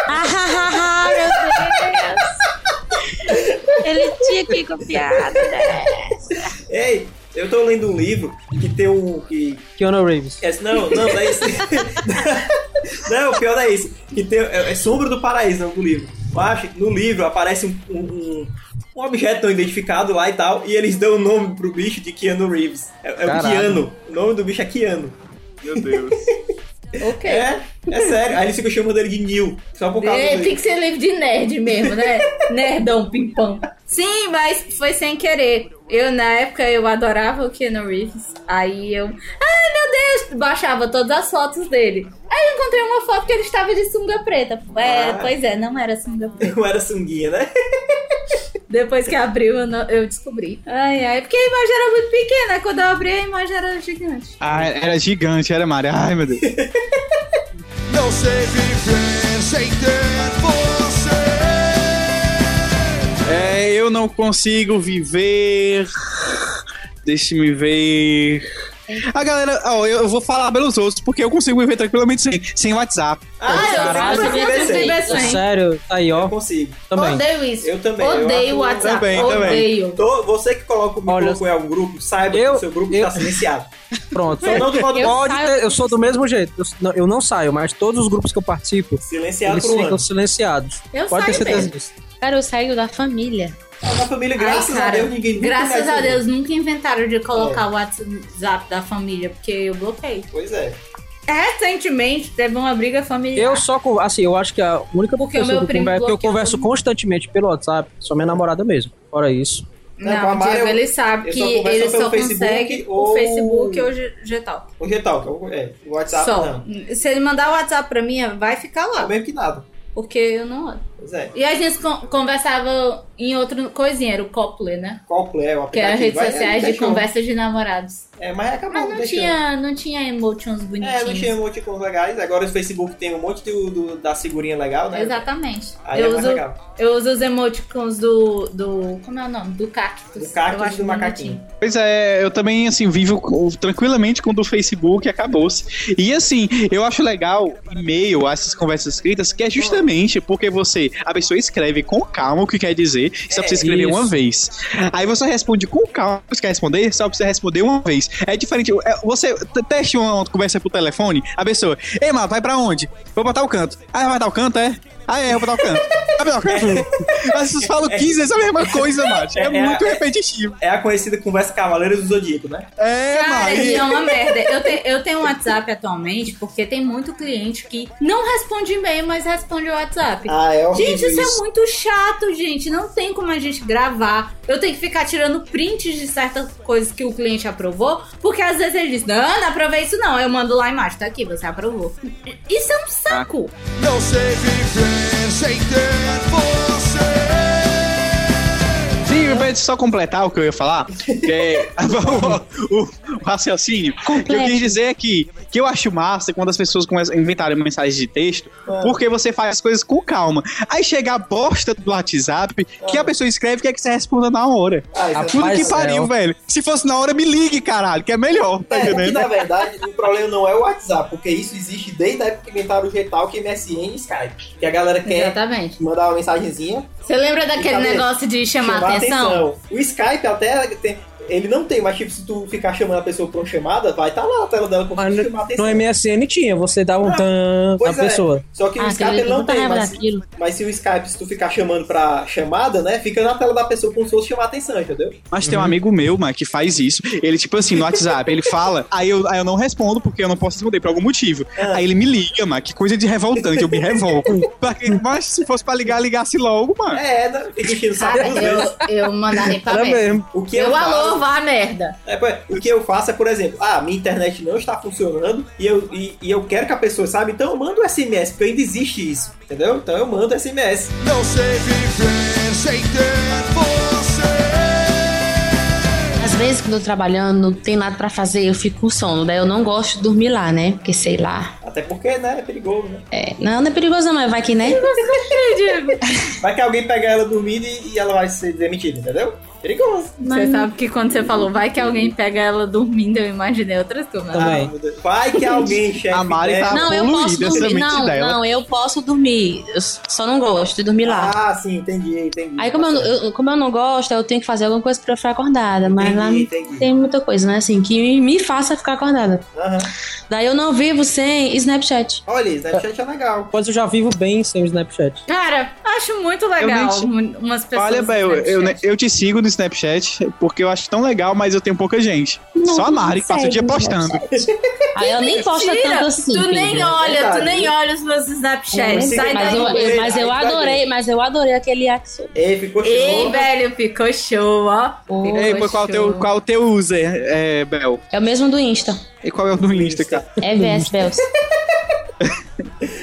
D: Ah, ah, ah, meu Deus. Ele tinha que ir com piada, né?
B: Ei, eu tô lendo um livro que tem um. Que,
C: Keanu Reeves.
B: é, não, não, não é isso. não, o pior não é isso. Que tem, é, é Sombra do Paraíso, o nome do livro. Mas no livro aparece um, um, um- um objeto não identificado lá e tal, e eles dão o nome pro bicho de Keanu Reeves. É, é o
C: Caralho.
B: Keanu. O nome do bicho é Keanu.
E: Meu Deus.
A: Ok.
B: É, é sério. Aí eles ficam chamando ele de Neil, só por causa
A: É,
B: dele.
A: tem que ser livro de nerd mesmo, né? Nerdão, pimpão. Sim, mas foi sem querer. Eu, na época, eu adorava o Keanu Reeves. Aí eu... Ai, meu Deus! Baixava todas as fotos dele. Aí eu encontrei uma foto que ele estava de sunga preta. É,
B: Ah.
A: pois é, não era sunga preta.
B: Eu era sunguinha, né?
A: Depois que abriu, eu, não- eu descobri. Ai, ai, porque a imagem era muito pequena. Quando eu abri, a imagem era gigante.
E: Ah, era gigante, era Mari. Ai, meu Deus.
G: Não sei viver sem ter você.
E: É, eu não consigo viver. Deixe-me ver. A galera, ó, eu eu vou falar pelos outros, porque eu consigo viver tranquilamente sem, sem WhatsApp.
B: Ah,
C: Caralho,
B: eu consigo
A: eu
B: viver sem.
A: viver
C: É
A: sem.
C: sério, tá aí,
B: Eu
C: ó.
B: consigo.
C: Também.
A: Odeio isso.
B: Eu também. eu
A: Odeio o
B: acho-
A: WhatsApp.
E: também, também.
A: odeio.
B: Tô- você que coloca, me
C: Olha,
B: colocou em algum grupo, saiba que
C: eu-
B: o seu grupo
C: eu-
B: tá silenciado.
C: Pronto.
B: Só não do modo
D: Eu
C: Pode
D: saio-
C: ter, eu sou do mesmo jeito. Eu, não- eu não saio, mas todos os grupos que eu participo,
B: silenciado
C: eles
B: por um ano.
C: ficam silenciados.
A: Eu
C: Pode ter
A: saio
C: certeza
A: mesmo.
C: disso.
D: Cara, eu saio da família.
B: A minha família, graças
A: Ai, cara,
B: a Deus, ninguém nunca mais É.
A: Graças a
B: ouviu.
A: Deus, nunca inventaram de colocar o WhatsApp da família, porque eu bloqueei.
B: Pois é.
A: Recentemente teve uma briga familiar.
C: Eu só, con- assim, eu acho que a única
A: Porque o
C: pessoa
A: meu
C: que eu,
A: primo
C: converso, que eu
A: bloqueou
C: converso
A: todo mundo.
C: constantemente pelo WhatsApp, só minha namorada mesmo. Fora isso.
B: Não, É, com
A: Não,
B: a Mari,
A: Diego,
B: eu-
A: ele sabe
B: eu
A: que
B: só converso
A: ele
B: pelo
A: só
B: Facebook
A: consegue o
B: ou-
A: Facebook ou o G- Gtal.
B: O Getalk, é, o WhatsApp
A: Só.
B: não.
A: Se ele mandar o WhatsApp pra mim, vai ficar
B: É
A: lá.
B: mesmo que nada.
A: Porque eu não olho.
B: Pois é.
A: E a gente con- conversava em outra coisinha, era o Copley, né?
B: Qual é o aplicativo?
A: Que era redes
B: Vai, é,
A: sociais de
B: deixou.
A: conversas de namorados.
B: É, mas acabou,
A: Mas não
B: deixou.
A: tinha, não tinha emotions bonitinhos.
B: É, não tinha emoticons legais. Agora o Facebook tem um monte do, do- da figurinha legal, né?
A: Exatamente.
B: Aí
A: eu,
B: é mais
A: uso,
B: legal.
A: eu uso os emoticons do, do. Como é o nome? Do cactus.
B: Do cactus
A: Eu
B: e
A: acho
B: do um macaquinho.
A: bonitinho.
E: Pois é, eu também, assim, vivo com- tranquilamente com o do Facebook e acabou-se. E, assim, eu acho legal e-mail, essas conversas escritas, que é justamente porque você, a pessoa escreve com calma o que quer dizer, só precisa escrever
C: isso.
E: uma vez. Aí você responde com calma o que você quer responder, só precisa responder uma vez. É diferente, é, você t- teste uma conversa por telefone, a pessoa, ei, mano, vai pra onde? Vou pra tal canto. Ah, vai pra tal canto, é? Ah, é, eu vou pra tal canto. Ah, meu, canto. Aí Vocês falam 15 vezes a mesma coisa, mano. É muito repetitivo.
B: É a conhecida conversa Cavaleiros do Zodíaco, né?
E: É,
A: Cara,
E: mano.
A: e é uma merda. Eu, te- eu tenho um WhatsApp atualmente porque tem muito cliente que não responde e-mail, mas responde o WhatsApp.
B: Ah, é
A: Gente, isso, é muito chato, gente. Não tem como a gente gravar. Eu tenho que ficar tirando prints de certas coisas que o cliente aprovou, porque às vezes ele diz: Não, não aprovei isso não. Eu mando lá a imagem, tá aqui, você aprovou. Isso é um saco.
G: Não sei viver sem ter você.
E: Sim, pra só completar o que eu ia falar, que é o, o- o raciocínio. O que eu quis dizer é que, que eu acho massa quando as pessoas começam a inventarem mensagens de texto, porque você faz as coisas com calma. Aí chega a bosta do WhatsApp, que a pessoa escreve que é que você responda na hora.
B: Ah, isso é-
E: Tudo
C: Rapaz,
E: que pariu,
C: é, ó.
E: velho. Se fosse na hora, me ligue, caralho, que é melhor, tá
B: É, que,
E: entendendo?
B: na verdade, o problema não é o WhatsApp, porque isso existe desde a época que inventaram o Getal, que MSN e Skype. Que a galera quer
A: Exatamente.
B: mandar uma mensagenzinha,
A: Você lembra daquele
B: Cadê?
A: negócio de chamar, atenção?
B: O Skype até tem, Ele não tem, mas tipo, se tu ficar chamando a pessoa por uma chamada, vai estar tá lá a tela dela como
C: Mas
B: se
E: é
B: chamar a atenção.
C: No MSN tinha, você dava um
B: é. Ah,
C: tan
B: pois
C: na
B: é.
C: pessoa.
B: Só que o
D: Ah,
B: Skype ele
D: aquele
B: não
D: puta
B: tem,
D: raiva
B: mas,
D: daquilo.
B: mas se o Skype, se tu ficar chamando pra chamada, né, fica na tela da pessoa como se fosse chamar a atenção, entendeu?
E: Mas tem um amigo meu, mano, que faz isso. Ele, tipo assim, no WhatsApp, ele fala, aí eu, aí eu não respondo porque eu não posso responder por algum motivo.
D: É.
B: Ah.
E: Aí ele me liga, mano, que coisa de revoltante, eu me revolto. Pra que- Mas se fosse pra ligar, ligasse logo, mano.
B: É, né? fica enchendo o saco
A: Cara,
B: duas vezes.
A: eu, eu mandaria
B: Tá
A: pra
C: Era
A: merda.
C: mesmo.
B: O que eu,
A: Meu
B: faço,
A: alô, vá a merda.
B: é, pô, o que eu faço é, por exemplo, ah, minha internet não está funcionando e eu, e, e eu quero que a pessoa saiba, então eu mando SMS, porque ainda existe isso, entendeu? Então eu mando SMS.
F: Não sei viver sem ter você.
D: Às vezes, quando eu tô trabalhando, não tem nada pra fazer, eu fico com sono. Daí eu não gosto de dormir lá, né? Porque sei lá.
B: Até porque, né, é perigoso, né?
D: É, não, não é perigoso, não, mas vai que, né?
A: É
B: Vai que alguém pegar ela dormindo e, e ela vai ser demitida, entendeu? Perigoso.
A: Você sabe que quando você falou, vai que alguém pega ela dormindo, eu imaginei outras coisas.
C: Também.
B: Ah, meu Deus. Vai que alguém chefe.
E: A Mari
B: né?
E: tá-
D: Não, eu
E: poluída
D: posso
E: essa
D: dormir.
E: mente
D: Não,
E: dela.
D: não, eu posso dormir. Eu só não gosto de dormir lá.
B: Ah, sim, entendi, entendi.
D: Aí, como eu,
B: Tá certo.
D: eu- como eu não gosto, eu tenho que fazer alguma coisa pra eu ficar acordada. Mas lá
B: Entendi,
D: não
B: entendi.
D: tem muita coisa, né? Assim, que me, me faça ficar acordada.
B: Aham.
D: Daí eu não vivo sem Snapchat.
B: Olha, Snapchat é legal.
C: Mas eu já vivo bem sem o Snapchat.
A: Cara, acho muito legal
E: Eu
A: um- umas pessoas.
E: Olha, velho,
A: no
E: eu, eu,
A: Snapchat.
E: eu te sigo no Snapchat porque eu acho tão legal, mas eu tenho pouca gente.
D: Não,
E: Só a
D: não
E: Mari que passa o
D: segue
E: dia
D: no
E: postando.
D: Snapchat. Aí eu nem posto
A: Mentira,
D: tanto assim.
A: Tu nem
D: filho.
A: olha, tu
B: Verdade.
A: nem olha os meus Snapchats.
B: Sim,
A: É, Sai
D: Então, mas,
A: daí.
D: eu, eu- mas eu
B: Sai daí.
D: adorei, mas eu adorei aquele Axo.
B: Ei, ficou
A: Ei,
B: show.
A: velho, ficou show, ó.
D: Pô,
E: Ei, mas qual é o teu, qual é o teu user, é, Bel?
D: É o mesmo do Insta.
E: E qual é o do Insta, cara?
D: É VS Bells.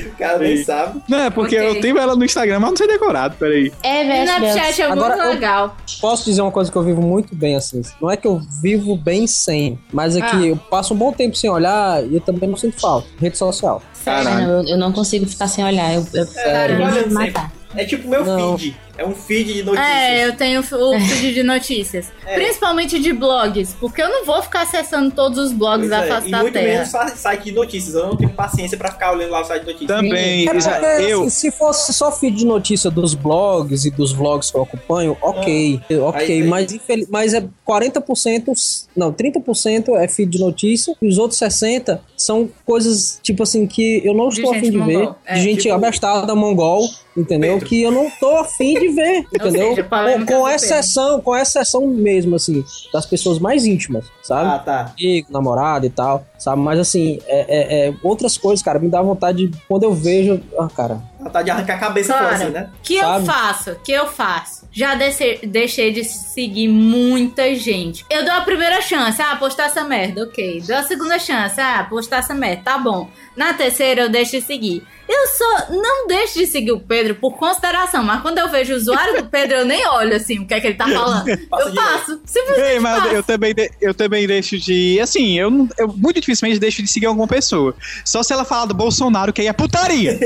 B: O cara nem
E: Ei.
B: sabe.
E: Não, é porque
A: Ok.
E: eu tenho ela no Instagram, mas não sei decorado, peraí.
D: É
A: O
D: VS Bells.
A: Snapchat é muito
C: Agora eu-
A: legal.
C: Posso dizer uma coisa que eu vivo muito bem assim. Não é que eu vivo bem sem, mas é que
A: Ah.
C: eu passo um bom tempo sem olhar e eu também não sinto falta. Rede social.
E: Caralho.
D: Não, eu, eu não consigo ficar sem olhar. Eu,
E: É,
D: eu,
B: Cara,
D: eu
B: eu
D: vou
B: olho
D: me matar.
B: É tipo meu
C: Não.
B: feed. É um feed de notícias.
A: É, eu tenho o feed de notícias.
B: É.
A: Principalmente de blogs, porque eu não vou ficar acessando todos os blogs
B: Pois
A: da
B: é,
A: face
B: E
A: da
B: muito
A: Terra.
B: menos sa- site de notícias. Eu não tenho paciência pra ficar olhando lá o site de notícias.
E: Também,
C: É
E: exa-
C: porque,
E: eu,
C: assim, se fosse só feed de notícia dos blogs e dos vlogs que eu acompanho, ok. ok,
B: É. Aí- aí-
C: mas, infeliz- mas é 40%, não, 30% é feed de notícia e os outros 60% são coisas, tipo assim, que eu não
A: De
C: estou afim
A: gente
C: de ver.
A: mongol, é,
C: de gente
B: tipo-
C: abastada, mongol, entendeu?
B: Pedro.
C: Que eu não tô afim de ver, entendeu?
A: seja,
C: com,
A: polêmica
C: com
A: do
C: exceção, com exceção mesmo, assim, das pessoas mais íntimas, sabe?
B: Ah, tá.
C: amigo, namorado e tal, sabe? Mas assim, é, é- é- outras coisas, cara, me dá vontade de, quando eu vejo. Ah, cara.
B: Ela tá de arrancar a cabeça
A: Cara,
B: fora, assim, né?
A: que eu
C: Sabe?
A: faço? Que eu faço? Já desse- deixei de seguir muita gente. Eu dou a primeira chance, ah, postar essa merda, ok. Dou a segunda chance, ah, postar essa merda, tá bom. Na terceira eu deixo de seguir. Eu só não deixo de seguir o Pedro por consideração, mas quando eu vejo o usuário do Pedro, eu nem olho assim o que é que ele tá falando.
B: Passa
A: Eu
B: direto.
A: passo. Simplesmente
E: Ei, mas eu também, de- eu também deixo de. Assim, eu, não- eu muito dificilmente deixo de seguir alguma pessoa. Só se ela falar do Bolsonaro, que aí é putaria.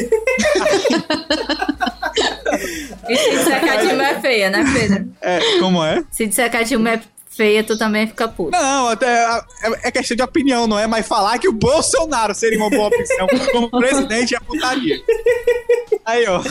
A: E se disser que a Dilma é feia, né, Pedro?
E: É, como é?
A: Se disser que a Dilma é feia, tu também fica puto.
E: Não, até, é, é questão de opinião, não é? Mas falar que o Bolsonaro seria uma boa opção como presidente é putaria. Aí, ó.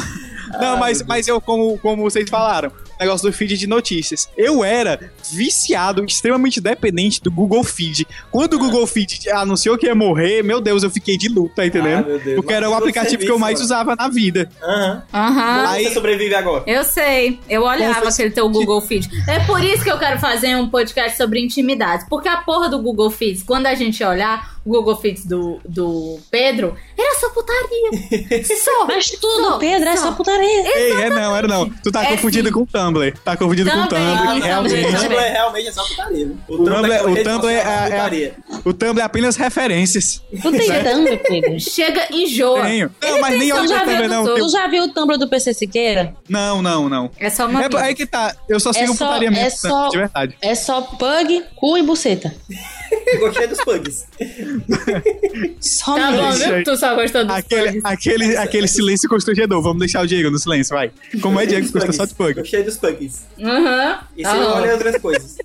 E: Não, mas, mas eu, como, como vocês falaram, negócio do feed de notícias. Eu era viciado, extremamente dependente do Google Feed. Quando o Google Feed anunciou que ia morrer, meu Deus, eu fiquei de luta, tá entendendo?
B: Ah, meu Deus.
E: Porque era o
B: Mas
E: aplicativo que eu mais
B: serviço,
E: usava na vida.
B: mano. Aham.
A: Aham.
B: Como
E: Aí-
B: você sobrevive agora?
A: Eu sei, eu olhava
E: Confesso
A: aquele teu Google Feed. É por isso que eu quero fazer um podcast sobre intimidades. Porque a porra do Google Feeds, quando a gente olhar o Google Feeds do, do Pedro, era só putaria. só.
D: Mas tudo,
A: só,
D: Pedro, é só putaria.
E: Ei, é não, era não. Tu tá
A: É
E: confundido
A: sim.
E: com o Tumblr. Tá confundido com o
A: Também,
E: Tumblr. que
A: Ah, também.
E: realmente.
B: O
A: Também.
B: Tumblr realmente é só putaria. né?
E: O Tumblr-
B: é uma
E: o
B: rede
E: Tumblr é-
B: social de
E: é-
B: putaria.
E: O Tumblr é apenas referências.
D: Tu tem Tumblr, Pedro?
A: Chega e enjoa.
E: Tenho. Não, mas nem olha
D: Tu
E: o
D: já, viu,
E: Tumblr, é não.
D: tu,
E: Eu-
D: já viu o Tumblr do PC Siqueira?
E: Não, não, não.
A: É só uma.
E: É, aí que tá. Eu só sigo
D: só-
E: putaria mesmo, tá?
D: é só-
E: de verdade.
D: É só pug, cu e buceta.
B: Eu gostei dos pugs.
D: Só
A: Tá bom,
D: mesmo.
E: Isso
A: viu?
E: aí.
A: Tu só gostou dos
E: Aquele,
A: plugs.
E: aquele, aquele silêncio constrangedor. Vamos deixar o Diego no silêncio, vai. Como é Diego, custa só de pug.
B: Gostei dos pugs.
A: Aham.
B: E você
A: Aham.
B: olha outras coisas.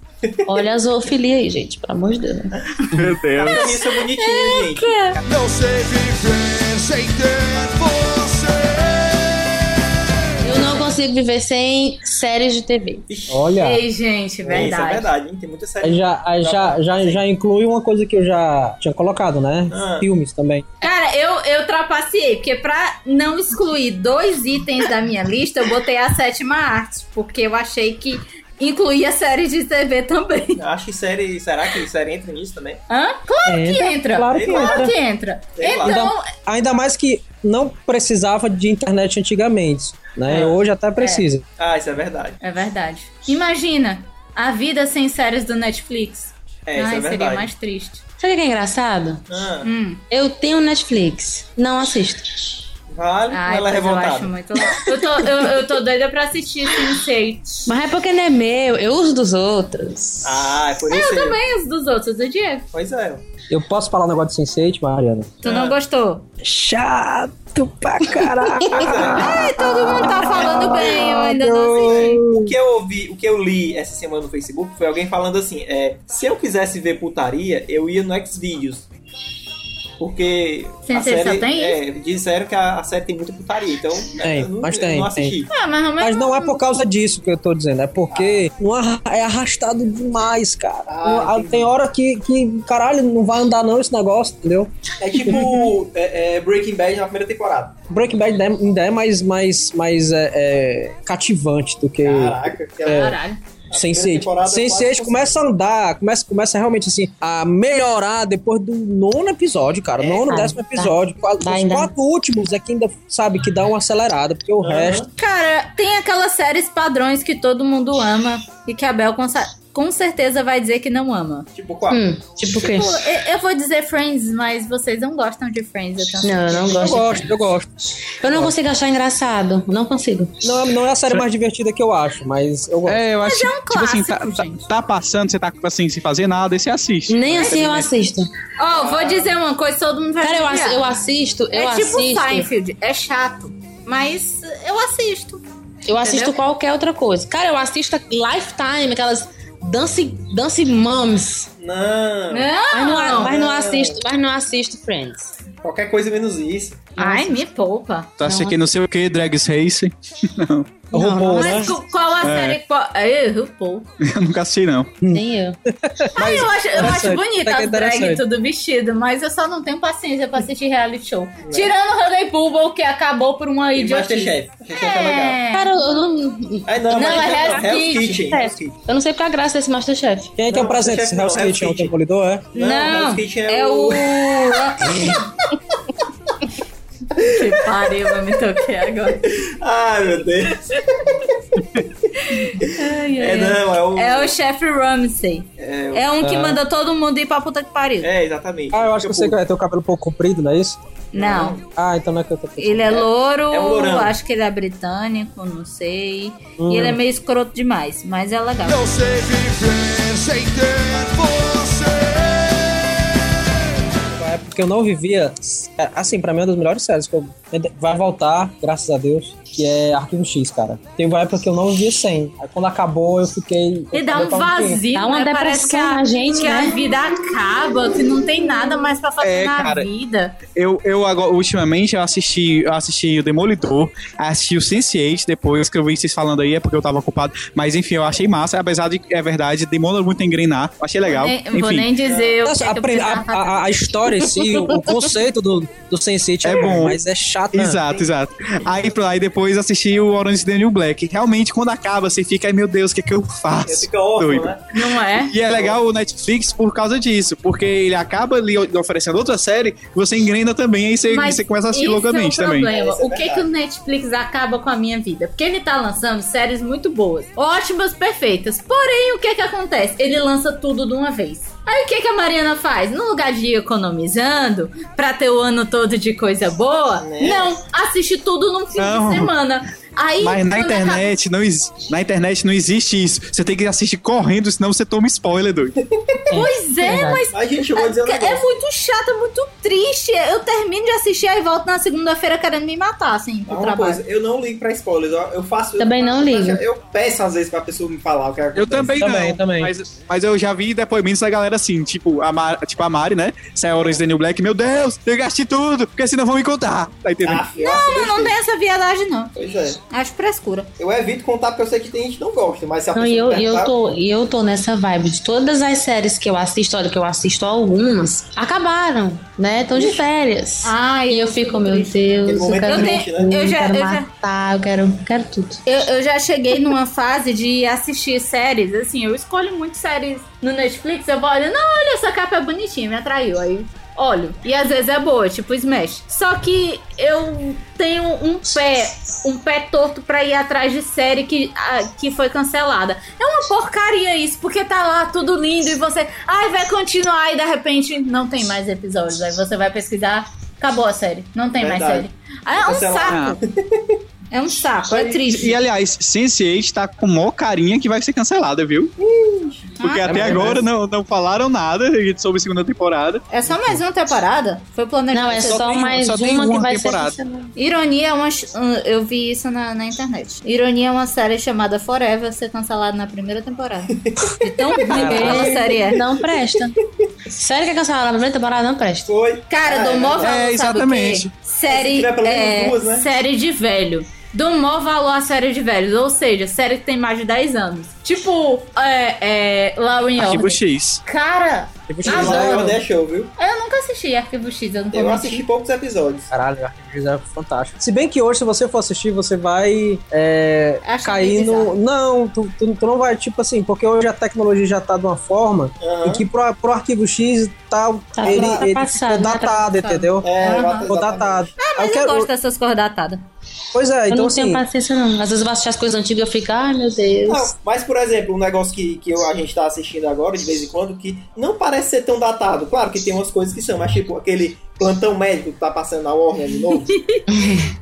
D: Olha a zoofilia aí, gente, pelo amor de Deus. né?
E: Meu Deus.
B: Isso é bonitinho, gente.
F: Não sei viver sem ter você.
D: Eu não consigo viver sem séries de TV.
C: Olha.
A: Ei, gente,
B: É, Isso é
A: verdade.
B: verdade, hein? Tem muita série.
C: Aí já, aí já, já, já inclui uma coisa que eu já tinha colocado, né?
B: Ah.
C: Filmes também.
A: Cara, eu, eu trapaceei, porque pra não excluir dois itens da minha lista, eu botei a sétima arte, porque eu achei que incluía séries de TV também.
B: Acho que série. Será que série entra nisso também?
A: Hã? Claro que entra.
C: Claro que
B: Sei lá.
C: entra.
A: Claro que entra.
B: Sei lá.
A: Então,
C: Ainda mais que não precisava de internet antigamente, né?
B: É.
C: Hoje até precisa.
B: Ah, isso é verdade.
A: é verdade. Imagina a vida sem séries do Netflix.
B: É, isso
A: Ai,
B: é
A: seria
B: verdade.
A: mais triste.
D: Sabe o que é engraçado?
B: Ah,
A: Hum.
D: Eu tenho Netflix, não assisto.
B: vale,
A: Ai,
B: ela é
A: pois eu acho
B: revoltada.
A: muito. Eu tô, eu, eu tô doida pra assistir Sense8.
D: Mas é porque não é meu, eu uso dos outros.
B: Ah, é por isso.
A: Eu
B: aí.
A: também, os dos outros, do Diego.
B: Pois é.
C: Eu posso falar um negócio de sensei, Mariana?
A: Tu
B: Ah.
A: não gostou?
C: Chato pra caralho.
A: Ai, todo mundo tá falando bem, eu ainda não assisti.
B: Ah, O que eu ouvi, o que eu li essa semana no Facebook foi alguém falando assim: é, se eu quisesse ver putaria, eu ia no Xvideos. Porque. a
A: Sensei,
B: série,
A: só tem
B: é, disseram que a, a série tem muita putaria, então.
C: Tem,
B: eu não,
C: mas
B: eu
C: tem,
B: Não assisti.
A: Ah, mas não,
C: Mas não é por causa disso que eu tô dizendo, é porque não arra- é arrastado demais, cara.
B: Ah,
C: Não- tem hora que, que, caralho, não vai andar não esse negócio, entendeu?
B: É tipo é, é, Breaking Bad na primeira temporada.
C: Breaking Bad ainda é mais, mais, mais é, é, cativante do que
B: Caraca, que é.
A: Caralho.
C: Sem
B: primeira
C: Sensei.
B: temporada é
C: Sem
B: quase
C: Sensei começa a andar, começa, começa realmente assim a melhorar depois do nono episódio, cara. nono,
D: Ah,
C: décimo
D: tá.
C: episódio. Qua-
D: Dá
C: os
D: ainda.
C: quatro últimos é que ainda sabe que dá uma acelerada, porque o
B: Aham.
C: resto.
A: Cara, tem aquelas séries padrões que todo mundo ama e que a Bel com, sa- com certeza vai dizer que não ama.
B: Tipo, qual?
D: Hum, tipo o quê?
A: Pô, eu, eu vou dizer Friends, mas vocês não gostam de Friends. Eu tenho...
D: Não, eu não
C: Eu
D: gosto.
C: gosto, eu gosto.
D: Eu não consigo achar engraçado, não consigo.
C: Não, não é a série mais divertida que eu acho, mas eu gosto.
E: É, eu acho.
A: é um
E: tipo assim, tá,
A: clássico,
E: tá-
A: gente.
E: tá passando, você tá assim, sem fazer nada, aí você assiste.
D: Nem assim eu assisto.
A: Ó, vou dizer uma coisa, todo mundo vai
D: Cara, eu, ass-
A: odiar.
D: eu assisto, eu
A: É tipo
D: assisto.
A: Seinfeld, é chato, mas eu assisto.
D: Eu assisto
A: Entendeu?
D: qualquer outra coisa. Cara, eu assisto a Lifetime, aquelas Dance, dance Moms.
B: Não,
A: Não!
D: Mas não, a- mas não assisto, mas não assisto Friends.
B: qualquer coisa menos isso.
A: Ai, me poupa.
E: Tá assistindo não sei o que, Drags Race.
C: Roubou, né?
A: Mas co- qual a série? Qual... Ai, RuPaul.
E: Eu nunca assisti, não.
D: Nem eu.
A: Ai, eu acho, eu acho
C: interessante,
A: bonita
C: tá que
A: as drag
C: interessante.
A: tudo vestido, mas eu só não tenho paciência pra assistir reality show. Tirando o Honey Bulbul, que acabou por uma
B: E
A: idiotice.
B: Masterchef. Masterchef é legal.
A: É.
D: Cara, eu não,
B: Ai, não,
A: Não,
B: mas
A: é Hell's
B: Hell's
A: Kitchen.
B: Kitchen. Hell's Kitchen.
D: eu não sei qual é a graça desse Masterchef.
C: Quem é que
B: Não,
C: apresenta esse
B: não,
C: Hell's
B: é o
C: Kitchen? É o
B: Kitchen.
C: Demolidor, é?
A: Não,
B: Hell's Kitchen
A: é o. que pariu, eu me toquei agora.
B: Ai, meu Deus.
A: Ai, ai,
B: É,
A: ai.
B: não, é o.
A: É o chefe Ramsey.
B: É, o-
A: É um que
C: Ah.
A: manda todo mundo ir pra puta que pariu.
B: é, exatamente.
C: Ah, eu acho que eu sei
B: Tipo,
C: qual é. Tem o cabelo pouco comprido, não é isso?
A: Não.
C: Ah, então não é que eu tô pensando.
A: Ele é louro,
B: é um lourão.
A: acho que ele é britânico, não sei.
C: Hum.
A: E ele é meio escroto demais, mas é legal.
G: Não sei viver sem ter você.
C: Uma época que É, eu não vivia. é, Assim, pra mim é uma das melhores séries que eu. Vai voltar, graças a Deus, que é Arquivo X, cara. Teve uma época que eu não vivia sem. Aí quando acabou, eu fiquei.
A: E dá um
C: eu tava-
A: vazio,
D: Dá uma
A: né? Parece que
D: depressão
A: a,
D: na gente,
A: que a
D: né?
A: vida acaba, que não tem nada mais pra fazer
E: É,
A: na
E: cara.
A: vida.
E: Eu, eu agora, ultimamente, eu assisti, eu assisti o Demolidor, assisti o Sense8, depois que eu vi vocês falando aí, é porque eu tava ocupado. Mas enfim, eu achei massa, apesar de, é verdade, demora muito a engrenar, eu achei legal.
A: Nem-
E: enfim,
A: vou nem dizer o que,
C: Nossa,
A: é que eu
C: a, pre- a,
A: precisava.
C: a- a história em si, o- o conceito do, do Sense8 é,
E: É bom.
C: bom, mas é chato. né?
E: Exato, exato. Aí, pro- aí depois assisti o Orange is the New Black. Realmente, quando acaba, você fica, ai meu Deus, o que é que eu
B: Você
E: faço?
B: fica órfão,
E: Doido.
B: né?
A: Não é?
E: E é legal o Netflix por causa disso, porque ele acaba lhe oferecendo outra série, você engrena também, aí você,
A: Mas
E: você começa a assistir
A: Esse
E: loucamente
A: é o
E: também.
A: problema.
B: Esse é
A: o que, que
B: verdade.
A: o Netflix acaba com a minha vida? Porque ele tá lançando séries muito boas, ótimas, perfeitas. Porém, o que que acontece? Ele lança tudo de uma vez. Aí o que que a Mariana faz? No lugar de ir economizando pra ter o ano todo de coisa boa,
B: Né?
A: não, assiste tudo num fim
E: Não.
A: de semana. Aí,
E: Mas na
A: quando acaba-
E: internet, não, ex- na internet não existe isso. Você tem que assistir correndo, senão você toma spoiler, doido.
A: Pois é,
C: Verdade.
A: mas
B: Mas, gente, eu vou dizer um
A: É
B: negócio.
A: muito chato, é muito triste. Eu termino de assistir e volto na segunda-feira querendo me matar, assim,
B: Ah,
A: pro
B: uma
A: trabalho.
B: coisa, eu não ligo pra spoilers. ó. Eu faço.
D: Também
B: eu,
D: não ligo.
B: Eu peço às vezes pra pessoa me falar o que acontece.
E: Eu também,
C: Também,
E: não.
C: também.
E: Mas, mas eu já vi depoimentos da galera assim, tipo a, Mar, tipo a Mari, né? Sai a Orange Daniel Black, meu Deus, eu gastei tudo, porque senão vão me contar. Tá entendendo?
B: Ah, não,
A: Não, não tem essa viadagem, não.
B: Pois é.
A: Acho frescura.
B: Eu evito contar porque eu sei que tem gente que não gosta, mas se a
D: Não,
B: pessoa
D: e Então, eu,
B: me
D: e eu,
B: perguntar,
D: tô, e eu tô nessa vibe de todas as séries que eu assisto, olha, que eu assisto algumas, acabaram, né? Estão de férias.
A: Ai,
D: e eu fico, meu Deus, eu
B: momento é
D: quero,
A: Eu,
B: triste, né?
D: matar,
A: tenho- eu já,
D: quero
A: eu, já,
D: matar, eu quero, quero tudo.
A: eu, eu já cheguei numa fase de assistir séries. Assim, eu escolho muito séries no Netflix. Eu vou olhando, não, olha, essa capa é bonitinha, me atraiu. Aí olho. E às vezes é boa, tipo Smash. Só que eu tenho um pé, um pé torto pra ir atrás de série que, ah, que foi cancelada. É uma porcaria isso, porque tá lá tudo lindo e você. Ai, vai continuar e de repente não tem mais episódios. Aí você vai pesquisar, acabou a série. Não tem mais
B: Verdade.
A: série. Ah, é um
B: Cancelado.
A: saco. É um saco, é triste.
E: Ah. E, aliás, Sense8 tá com mó carinha que vai ser cancelada, viu? Porque
A: Ah,
E: até
B: mas-
E: agora não, não falaram nada sobre a segunda temporada.
A: É só mais uma temporada? Foi planejado.
D: Não, é só,
E: tem-
D: mais
E: só tem
D: uma que
E: uma
D: vai
E: temporada.
D: ser cancelada.
A: Ironia é uma. ch- hum, Eu vi isso na, na internet. Ironia é uma série chamada Forever ser cancelada na primeira temporada.
D: É
A: De tão ruim que a série é.
D: Não presta. Sério que é cancelada na primeira temporada? Não presta.
B: Foi.
A: Cara, do mó
B: móvel.
A: valor.
E: é,
A: sabe o
E: exatamente.
A: quê? Série.
B: tiver pelo menos
A: é,
B: duas, né?
A: Série de velho. Do mó valor a série de velhos. Ou seja, série que tem mais de 10 anos. Tipo, é. é Law in
E: Arquivo
A: Order.
E: X.
A: Cara,
B: Agora.
A: adoro.
B: é show, viu?
A: Eu nunca assisti Arquivo X, eu não
B: Eu
A: conheço.
B: assisti poucos episódios.
C: Caralho, Arquivo X é fantástico. Se bem que hoje, se você for assistir, você vai é,
A: Acho
C: cair
A: meio
C: no.
A: bizarro.
C: Não, tu, tu- tu não vai, tipo assim, porque hoje a tecnologia já tá de uma forma
B: Aham.
C: em que pro, pro arquivo X tá,
D: Tá
C: ele,
D: pra- tá
C: ele
D: passado,
C: ficou
D: né? Tá
C: datado,
A: passado.
C: entendeu?
B: É,
A: Aham.
B: exatamente.
C: Ficou datado. Aí
A: Ah, Mas eu gosto dessas cores datadas.
C: Pois
B: Ah,
C: é,
D: eu
C: então
D: não
C: assim.
D: tenho paciência, não. Às vezes eu vou assistir as coisas antigas e eu fico, ai meu Deus.
B: Não, mas, por exemplo, um negócio que, que eu- a gente tá assistindo agora, de vez em quando, que não parece ser tão datado. Claro que tem umas coisas que são, mas tipo, aquele plantão médico que tá passando na Warner de novo.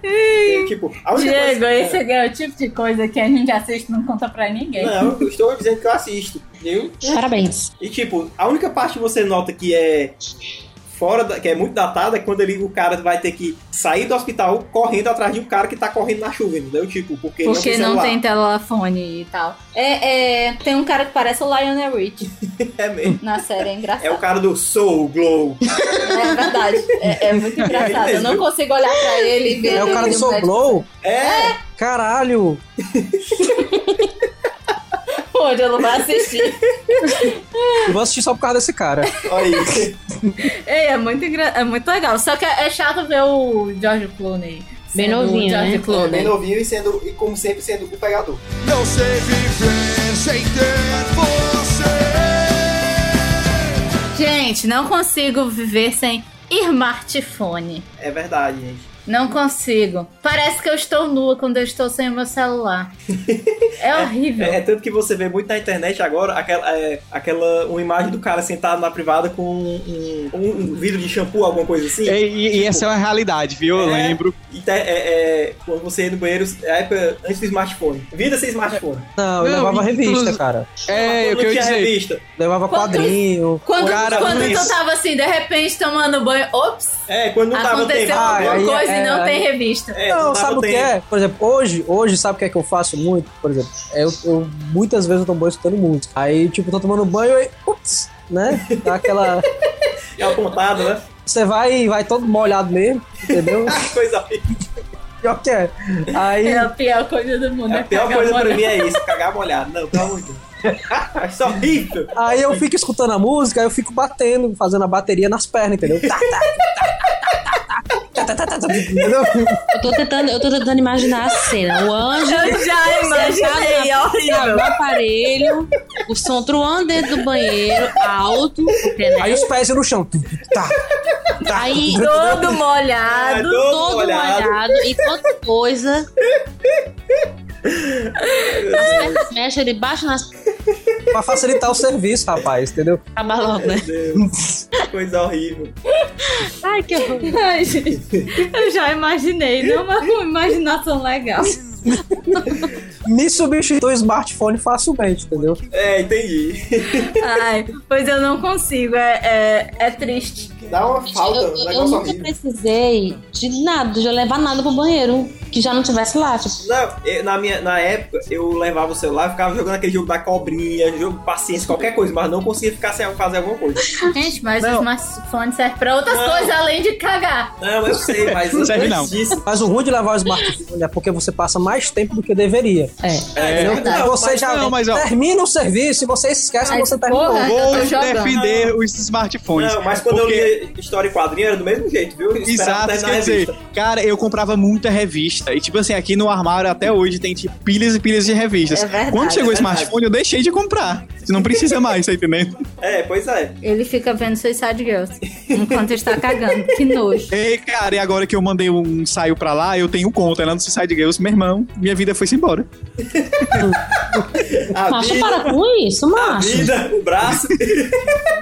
B: É, tipo, a única
A: Diego,
B: coisa...
A: esse é o tipo de coisa que a gente assiste e não conta pra ninguém.
B: Não, eu estou dizendo que eu assisto, viu?
D: Parabéns.
B: E tipo, a única parte que você nota que é fora, da- que é muito datada, é quando ele, o cara vai ter que sair do hospital correndo atrás de um cara que tá correndo na chuva, entendeu? Tipo, porque,
A: Porque não
B: celular.
A: tem telefone e tal. É, é, tem um cara que parece o Lionel Rich
B: É mesmo.
A: na série, é engraçado.
B: É o cara do Soul Glow.
A: É verdade. É, é muito engraçado. Eu não consigo olhar pra ele e ver.
C: É o cara do
A: ele
C: Soul
A: mete-
C: Glow?
B: É,
C: Caralho!
A: Onde eu não vou assistir.
C: Eu vou assistir só por causa desse cara.
B: olha aí.
A: É, é muito, engra- é muito legal. Só que é é chato ver o George Clooney.
D: Bem
A: sendo o
D: novinho,
A: George
D: né?
B: É Bem
A: Clooney.
B: novinho e sendo, e como sempre, sendo o pegador.
F: Não sei viver sem ter você.
A: Gente, não consigo viver sem smartphone.
B: É verdade, gente.
A: Não consigo. Parece que eu estou nua quando eu estou sem o meu celular. É horrível.
B: É, é tanto que você vê muito na internet agora aquela, é, aquela uma imagem do cara sentado na privada com um, um- um vidro de shampoo, alguma coisa assim.
E: E, e- e essa é uma realidade, viu? Eu
B: É.
E: lembro.
B: E te- é, é, quando você ia no banheiro, é época antes do smartphone. Vida sem smartphone.
C: Não, eu
E: Não,
C: levava revista,
E: inclusive-
C: cara.
E: É,
B: Quando
E: o que eu ia
B: tinha
E: dizer.
B: revista.
C: Levava
A: Quantos-
C: quadrinho.
A: Quando,
E: Cara,
A: quando
E: Luiz.
A: tu tava assim, de repente tomando banho, ops,
B: É, quando não tava
A: aconteceu
B: tempo.
C: Ah,
A: alguma
C: aí-
A: coisa
C: é,
A: e não
C: aí-
A: tem revista.
B: É,
C: não,
B: dava
C: sabe o que
B: tempo.
C: é? Por exemplo, hoje, hoje sabe o que é que eu faço muito? Por exemplo, é, eu, eu- muitas vezes eu tomo banho escutando música. Aí, tipo, eu tô tomando banho e. Ups! Né? Dá aquela.
B: É apontado, né?
C: Você vai vai todo molhado mesmo, entendeu?
B: Coisa feia.
C: Pior que é. Aí.
A: É a pior coisa do mundo.
B: A
A: é
B: pior
A: cagar
B: coisa pra
A: fora.
B: mim é isso, cagar molhado. Não, pelo amor de Deus. Acho só horrível.
C: Aí eu fico escutando a música, aí eu fico batendo, fazendo a bateria nas pernas, entendeu? Tá, tá, tá, tá, tá, tá, tá, tá, tá, entendeu?
D: Eu tô tentando, eu tô tentando imaginar a cena. O anjo
A: Eu já imaginei, é
D: abre
A: horrível.
D: o aparelho, o som truando dentro do banheiro, alto, porque, né?
C: Aí os pés no chão. Tu, tu, Tá.
D: Aí
A: Todo
B: É,
A: molhado.
B: todo
D: todo
B: molhado.
D: molhado e toda coisa. Mexe, mexe, ele baixa nas
C: Pra facilitar o serviço, rapaz, entendeu?
D: acaba logo, né?
B: Coisa horrível.
D: Ai, que horror.
A: Ai, gente, eu já imaginei. Não é uma imaginação legal.
C: me substitui o smartphone facilmente, entendeu?
B: É, entendi.
A: Ai, pois eu não consigo, é, é, é triste.
B: Dá uma falta,
D: eu,
B: um
D: eu- eu
B: negócio
D: nunca
B: horrível.
D: precisei de nada, de levar nada pro banheiro que já não tivesse lápis.
B: Não, eu- na, minha, na época eu levava o celular e ficava jogando aquele jogo da cobrinha, jogo de paciência, qualquer coisa, mas não conseguia ficar sem fazer alguma coisa.
A: Gente, mas
E: Não.
A: o smartphone serve pra outras
B: Não.
A: coisas além de cagar.
B: Não, eu sei, mas
E: Não serve,
B: antes
E: não.
B: disso.
C: Mas o ruim de levar o smartphone é porque você passa mais tempo do que deveria.
D: É.
B: É,
C: entendeu?
B: verdade.
C: você
B: Mas
C: já
E: não, mas, ó.
C: termina o serviço e você esquece que
A: Mas,
C: você terminou.
A: porra.
E: Vou
A: Eu tô jogando.
E: defender os smartphones.
B: Não, mas quando
E: porque-
B: eu lia história e quadrinho era do mesmo jeito, viu? Eu esperava
E: Exato,
B: terminar a
E: quer dizer,
B: revista.
E: cara, eu comprava muita revista. E tipo assim, aqui no armário até hoje tem tipo pilhas e pilhas de revistas.
A: É verdade,
E: Quando chegou
B: é
E: o
B: verdade.
E: smartphone, eu deixei de comprar. Não precisa mais, tá entendendo?
B: É, pois é.
A: Ele fica vendo Suicide Girls enquanto está cagando. Que nojo.
E: Ei, cara, e agora que eu mandei um ensaio pra lá, eu tenho conta, né? No Suicide Girls, meu irmão, minha vida foi-se embora.
B: A
D: Macho,
B: vida,
D: para com isso,
B: a
D: macho.
B: vida, o braço.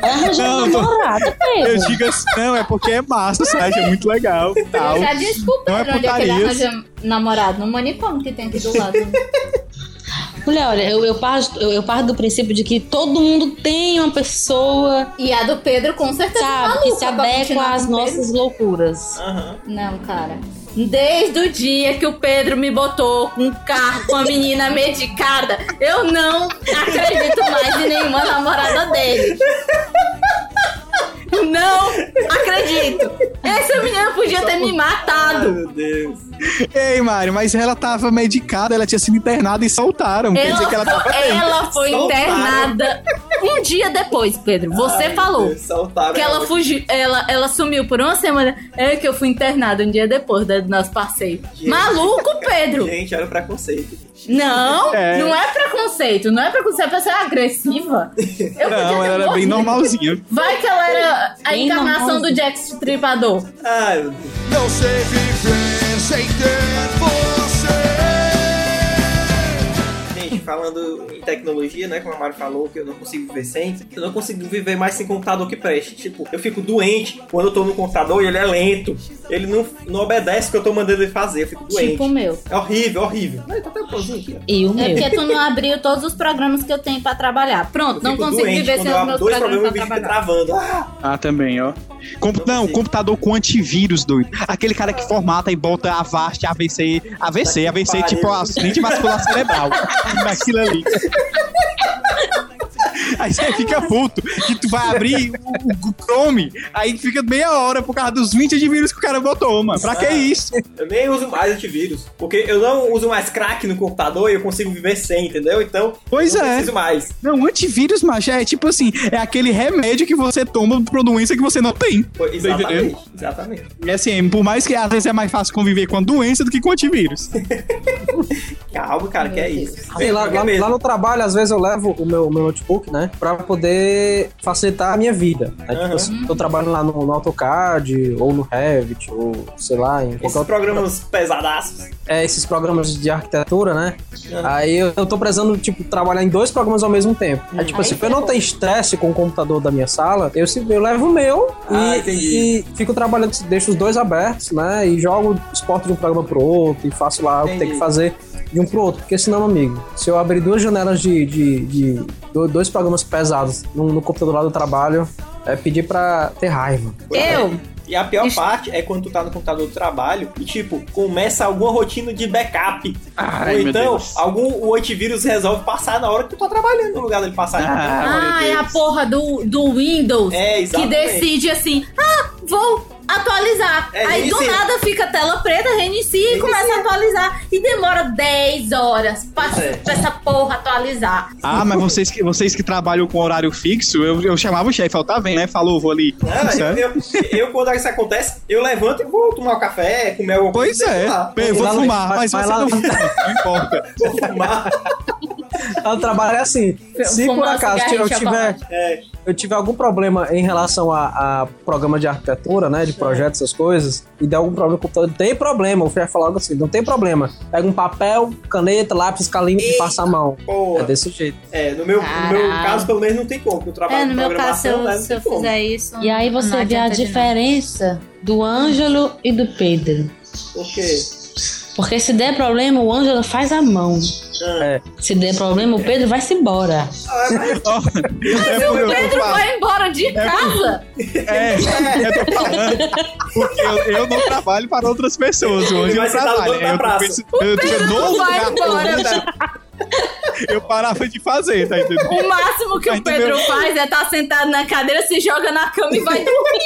D: Vai arranjar
E: Não,
D: uma
E: eu tô-
D: namorada,
E: Eu
D: Pedro.
E: digo assim, não, é porque é massa, o site é muito legal e tal.
A: Eu já desculpa
E: Não é
A: onde é que ele
E: putaria.
A: arranja namorado. No manicômio que tem aqui do lado.
D: Mulher, olha, eu, eu, parto, eu, eu parto do princípio de que todo mundo tem uma pessoa,
A: E a do Pedro, com certeza,
D: sabe,
A: tá maluca
D: que se
A: pra continuar
D: adequa às
A: com o
D: nossas loucuras.
A: Ah,
B: Aham.
A: Pedro. Não, cara. Desde o dia que o Pedro me botou com um carro com a menina medicada, eu não acredito mais em nenhuma namorada dele. Não acredito. Essa menina podia ter me
B: Ai,
A: matado.
B: meu Deus.
E: Ei, Mário, mas ela tava medicada, ela tinha sido internada e soltaram. Quer dizer que ela tava
A: foi,
E: bem.
A: ela foi
B: Soltaram.
A: internada um dia depois, Pedro. Você
B: Ai, meu
A: falou.
B: Deus, Saltaram.
A: Que ela fugiu, ela, ela sumiu por uma semana. É que eu fui internada um dia depois do nosso passeio.
B: Gente.
A: Maluco, Pedro!
B: Gente, era o preconceito.
A: Não,
E: É.
A: não é preconceito. Não é preconceito, ela é agressiva. Eu podia
E: Não,
A: ter
E: ela era bem
A: morrido.
E: normalzinha.
A: Vai que ela era a
D: Bem
A: encarnação
D: normalzinha.
A: do Jack Stripador.
B: Ai, meu Deus.
G: Não sei viver sem ter você.
B: Gente, falando em tecnologia, né? Como a Mari falou, que eu não consigo viver sem. Eu não consigo viver mais sem computador que preste. Tipo, eu fico doente quando eu tô no computador e ele é lento. Ele não, não obedece o que eu tô mandando ele fazer. Eu fico doente.
A: Tipo o meu.
B: É horrível, horrível. Não, tá até um pauzinho aqui, ó.
D: E o
A: É
D: meu.
A: porque tu não abriu todos os programas que eu tenho pra trabalhar. Pronto,
B: Eu
A: não
B: fico
A: consigo
B: doente
A: viver
B: quando
A: sem
B: eu
A: os
B: abro
A: meus
B: dois
A: programas
B: problemas
A: pra
B: o bicho fica
A: trabalhar.
B: travando. Ah,
E: Ah, também, ó. Com-
B: Não
E: não,
B: consigo.
E: computador com antivírus, doido. Aquele cara que formata e bota Avast, AVC, AVC,
B: que
E: AVC,
B: pariu.
E: tipo acidente vascular cerebral. Naquilo ali. Aí você fica puto que tu vai abrir o, o Chrome, aí fica meia hora por causa dos 20 antivírus que o cara botou, mano. Pra que isso?
B: eu nem uso mais antivírus. Porque eu não uso mais crack no computador e eu consigo viver sem, entendeu? Então,
E: Pois
B: eu não
E: é.
B: preciso mais.
E: Não, antivírus, macho, é tipo assim, é aquele remédio que você toma pra uma doença que você não tem.
B: Pois- Exatamente.
E: entendendo?
B: Exatamente.
E: E assim, por mais que às vezes é mais fácil conviver com a doença do que com o antivírus.
B: Calma, cara, que é isso.
C: Assim, lá,
B: Porque
C: lá-
B: mesmo.
C: lá no trabalho, às vezes eu levo o meu, meu notebook, né? Pra poder facilitar a minha vida. Né? Tipo
B: Aham.
C: assim, eu trabalho lá no, no AutoCAD, ou no Revit, ou sei lá, em qualquer
B: Esses
C: outro
B: programas pesadaços.
C: é, esses programas de arquitetura, né? Aí eu, eu tô precisando, tipo, trabalhar em dois programas ao mesmo tempo. Aí, tipo
A: Aí
C: assim, pra eu não
A: ferrou.
C: ter estresse com o computador da minha sala, eu, se- eu levo o meu
B: Ah,
C: e,
B: entendi.
C: e fico trabalhando, deixo os dois abertos, né? E jogo, exporto de um programa pro outro e faço lá o que tem
B: Entendi.
C: que fazer de um pro outro. Porque senão, meu amigo, se eu abrir duas janelas de, de, de- do- dois programas pesados no, no computador lá do trabalho, é pedir pra ter raiva.
A: Eu?
B: E a pior
A: Isso.
B: parte é quando tu tá no computador do trabalho e, tipo, começa alguma rotina de backup.
E: Ai,
B: Ou
E: meu
B: então,
E: Deus.
B: algum o antivírus resolve passar na hora que tu tá trabalhando no lugar dele passar.
E: Ah,
B: entendeu?
A: Ah, é a porra do, do Windows.
B: É,
A: que
B: exatamente.
A: decide assim, ah, vou atualizar.
B: É,
A: Aí do
B: reinicia.
A: nada fica a tela preta, reinicia e começa a atualizar. E demora 10 horas pra,
B: É.
A: pra essa porra atualizar.
E: Ah, mas vocês que, vocês que trabalham com horário fixo, eu, eu chamava o chefe, ó, tá vendo, né? Falou, vou ali.
B: Ah,
E: Sabe?
B: eu, eu, quando isso acontece, eu levanto e vou tomar um café, comer alguma
E: Pois
B: coisa.
E: é,
B: sei lá.
E: eu vou
C: Vai lá,
E: fumar,
C: vai-
E: mas
C: vai
E: você
C: lá.
E: não fuma, não importa.
B: Vou fumar.
C: Lá no trabalho é assim. Se por
A: Fumar um
C: acaso
A: cigarro
C: eu
A: de
C: tiver.
A: chocolate.
B: É,
C: eu tive algum problema em relação a, a programa de arquitetura, né? De projetos, essas coisas, e deu algum problema no computador, não tem problema. O Fer falou algo assim, não tem problema. Pega um papel, caneta, lápis, calinho e passa a mão. É
B: porra.
C: desse jeito.
B: É, no meu, no meu
D: Caralho.
B: caso, pelo menos, não tem como. porque Eu trabalho
A: É, no
B: com
A: meu caso, se
B: programação,
A: eu,
B: né, não
A: se
B: tem
A: eu
B: como.
A: fizer isso.
D: E aí
A: não
D: você vê a
A: adianta de nada.
D: diferença do Ângelo e do Pedro.
B: Por quê?
D: Porque se der problema, o Ângelo faz a mão.
B: Ah.
C: É,
D: Se der problema, o Pedro vai-se embora.
E: É
A: Se
E: por
A: o
E: eu-
A: Pedro
E: eu falo.
A: vai embora de casa,
E: É, eu tô falando. Porque eu, eu não trabalho para outras pessoas. Onde eu
B: Mas você tá no
E: trabalho.
B: banco da
E: Eu,
B: praça.
E: preciso- eu, tô-
A: Pedro
E: no
A: não vai
E: lugar né?
A: embora.
E: eu parava de fazer, tá entendendo?
A: o máximo que
E: Mas
A: o Pedro
E: também-
A: faz é estar sentado na cadeira, se joga na cama e vai dormir.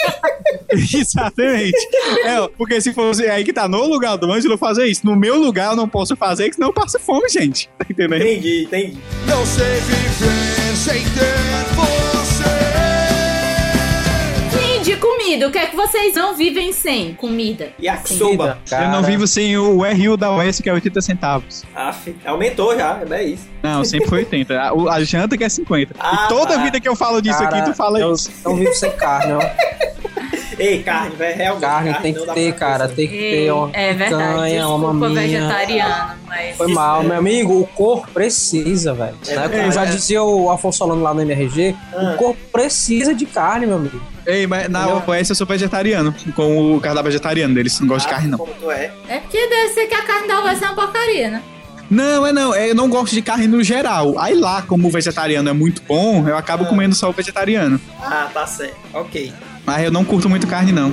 E: Exatamente. É, ó, porque se fosse aí que tá no lugar do Ângelo fazer isso, no meu lugar eu não posso fazer, que senão eu passo fome, gente. Tá entendendo?
B: Entendi, entendi.
F: Não sei viver sem ter você.
A: Sim, de comida. O que é que vocês não vivem sem? Comida.
B: Yakisoba.
C: Cara,
E: Eu não vivo sem o RU da OS, que é 80 centavos.
B: Aff, aumentou já, é isso.
E: Não, sempre foi 80. A, o- a janta que é 50.
B: Ah,
E: e toda
B: tá.
E: vida que eu falo disso
C: cara,
E: aqui, tu fala
C: eu
E: isso.
C: não vivo sem carne, ó.
B: Ei, carne, velho, realmente.
C: Carne tem
B: não
C: que
B: dá
C: ter,
B: pra
C: cara.
B: pensar.
C: Tem que ter, ó.
A: é verdade.
C: picanha, uma
A: Desculpa,
C: maminha.
A: vegetariano, mas.
C: Foi
B: é.
C: mal, meu amigo. O corpo precisa, velho. né? Como
B: cara.
C: já dizia o Afonso Solano lá no MRG,
B: É Ah.
C: o corpo precisa de carne, meu amigo.
E: Ei, mas na OS eu sou vegetariano, com o cardápio vegetariano deles. Não gosto de
B: Ah,
E: carne, não.
B: Como tu é.
A: É porque deve ser que a carne da UES é uma porcaria, né?
E: Não, é não. é, eu não gosto de carne no geral. Aí lá, como o vegetariano é muito bom, eu acabo comendo só o vegetariano.
B: Ah, tá certo. Ok.
E: Mas Ah, eu não curto muito carne, não.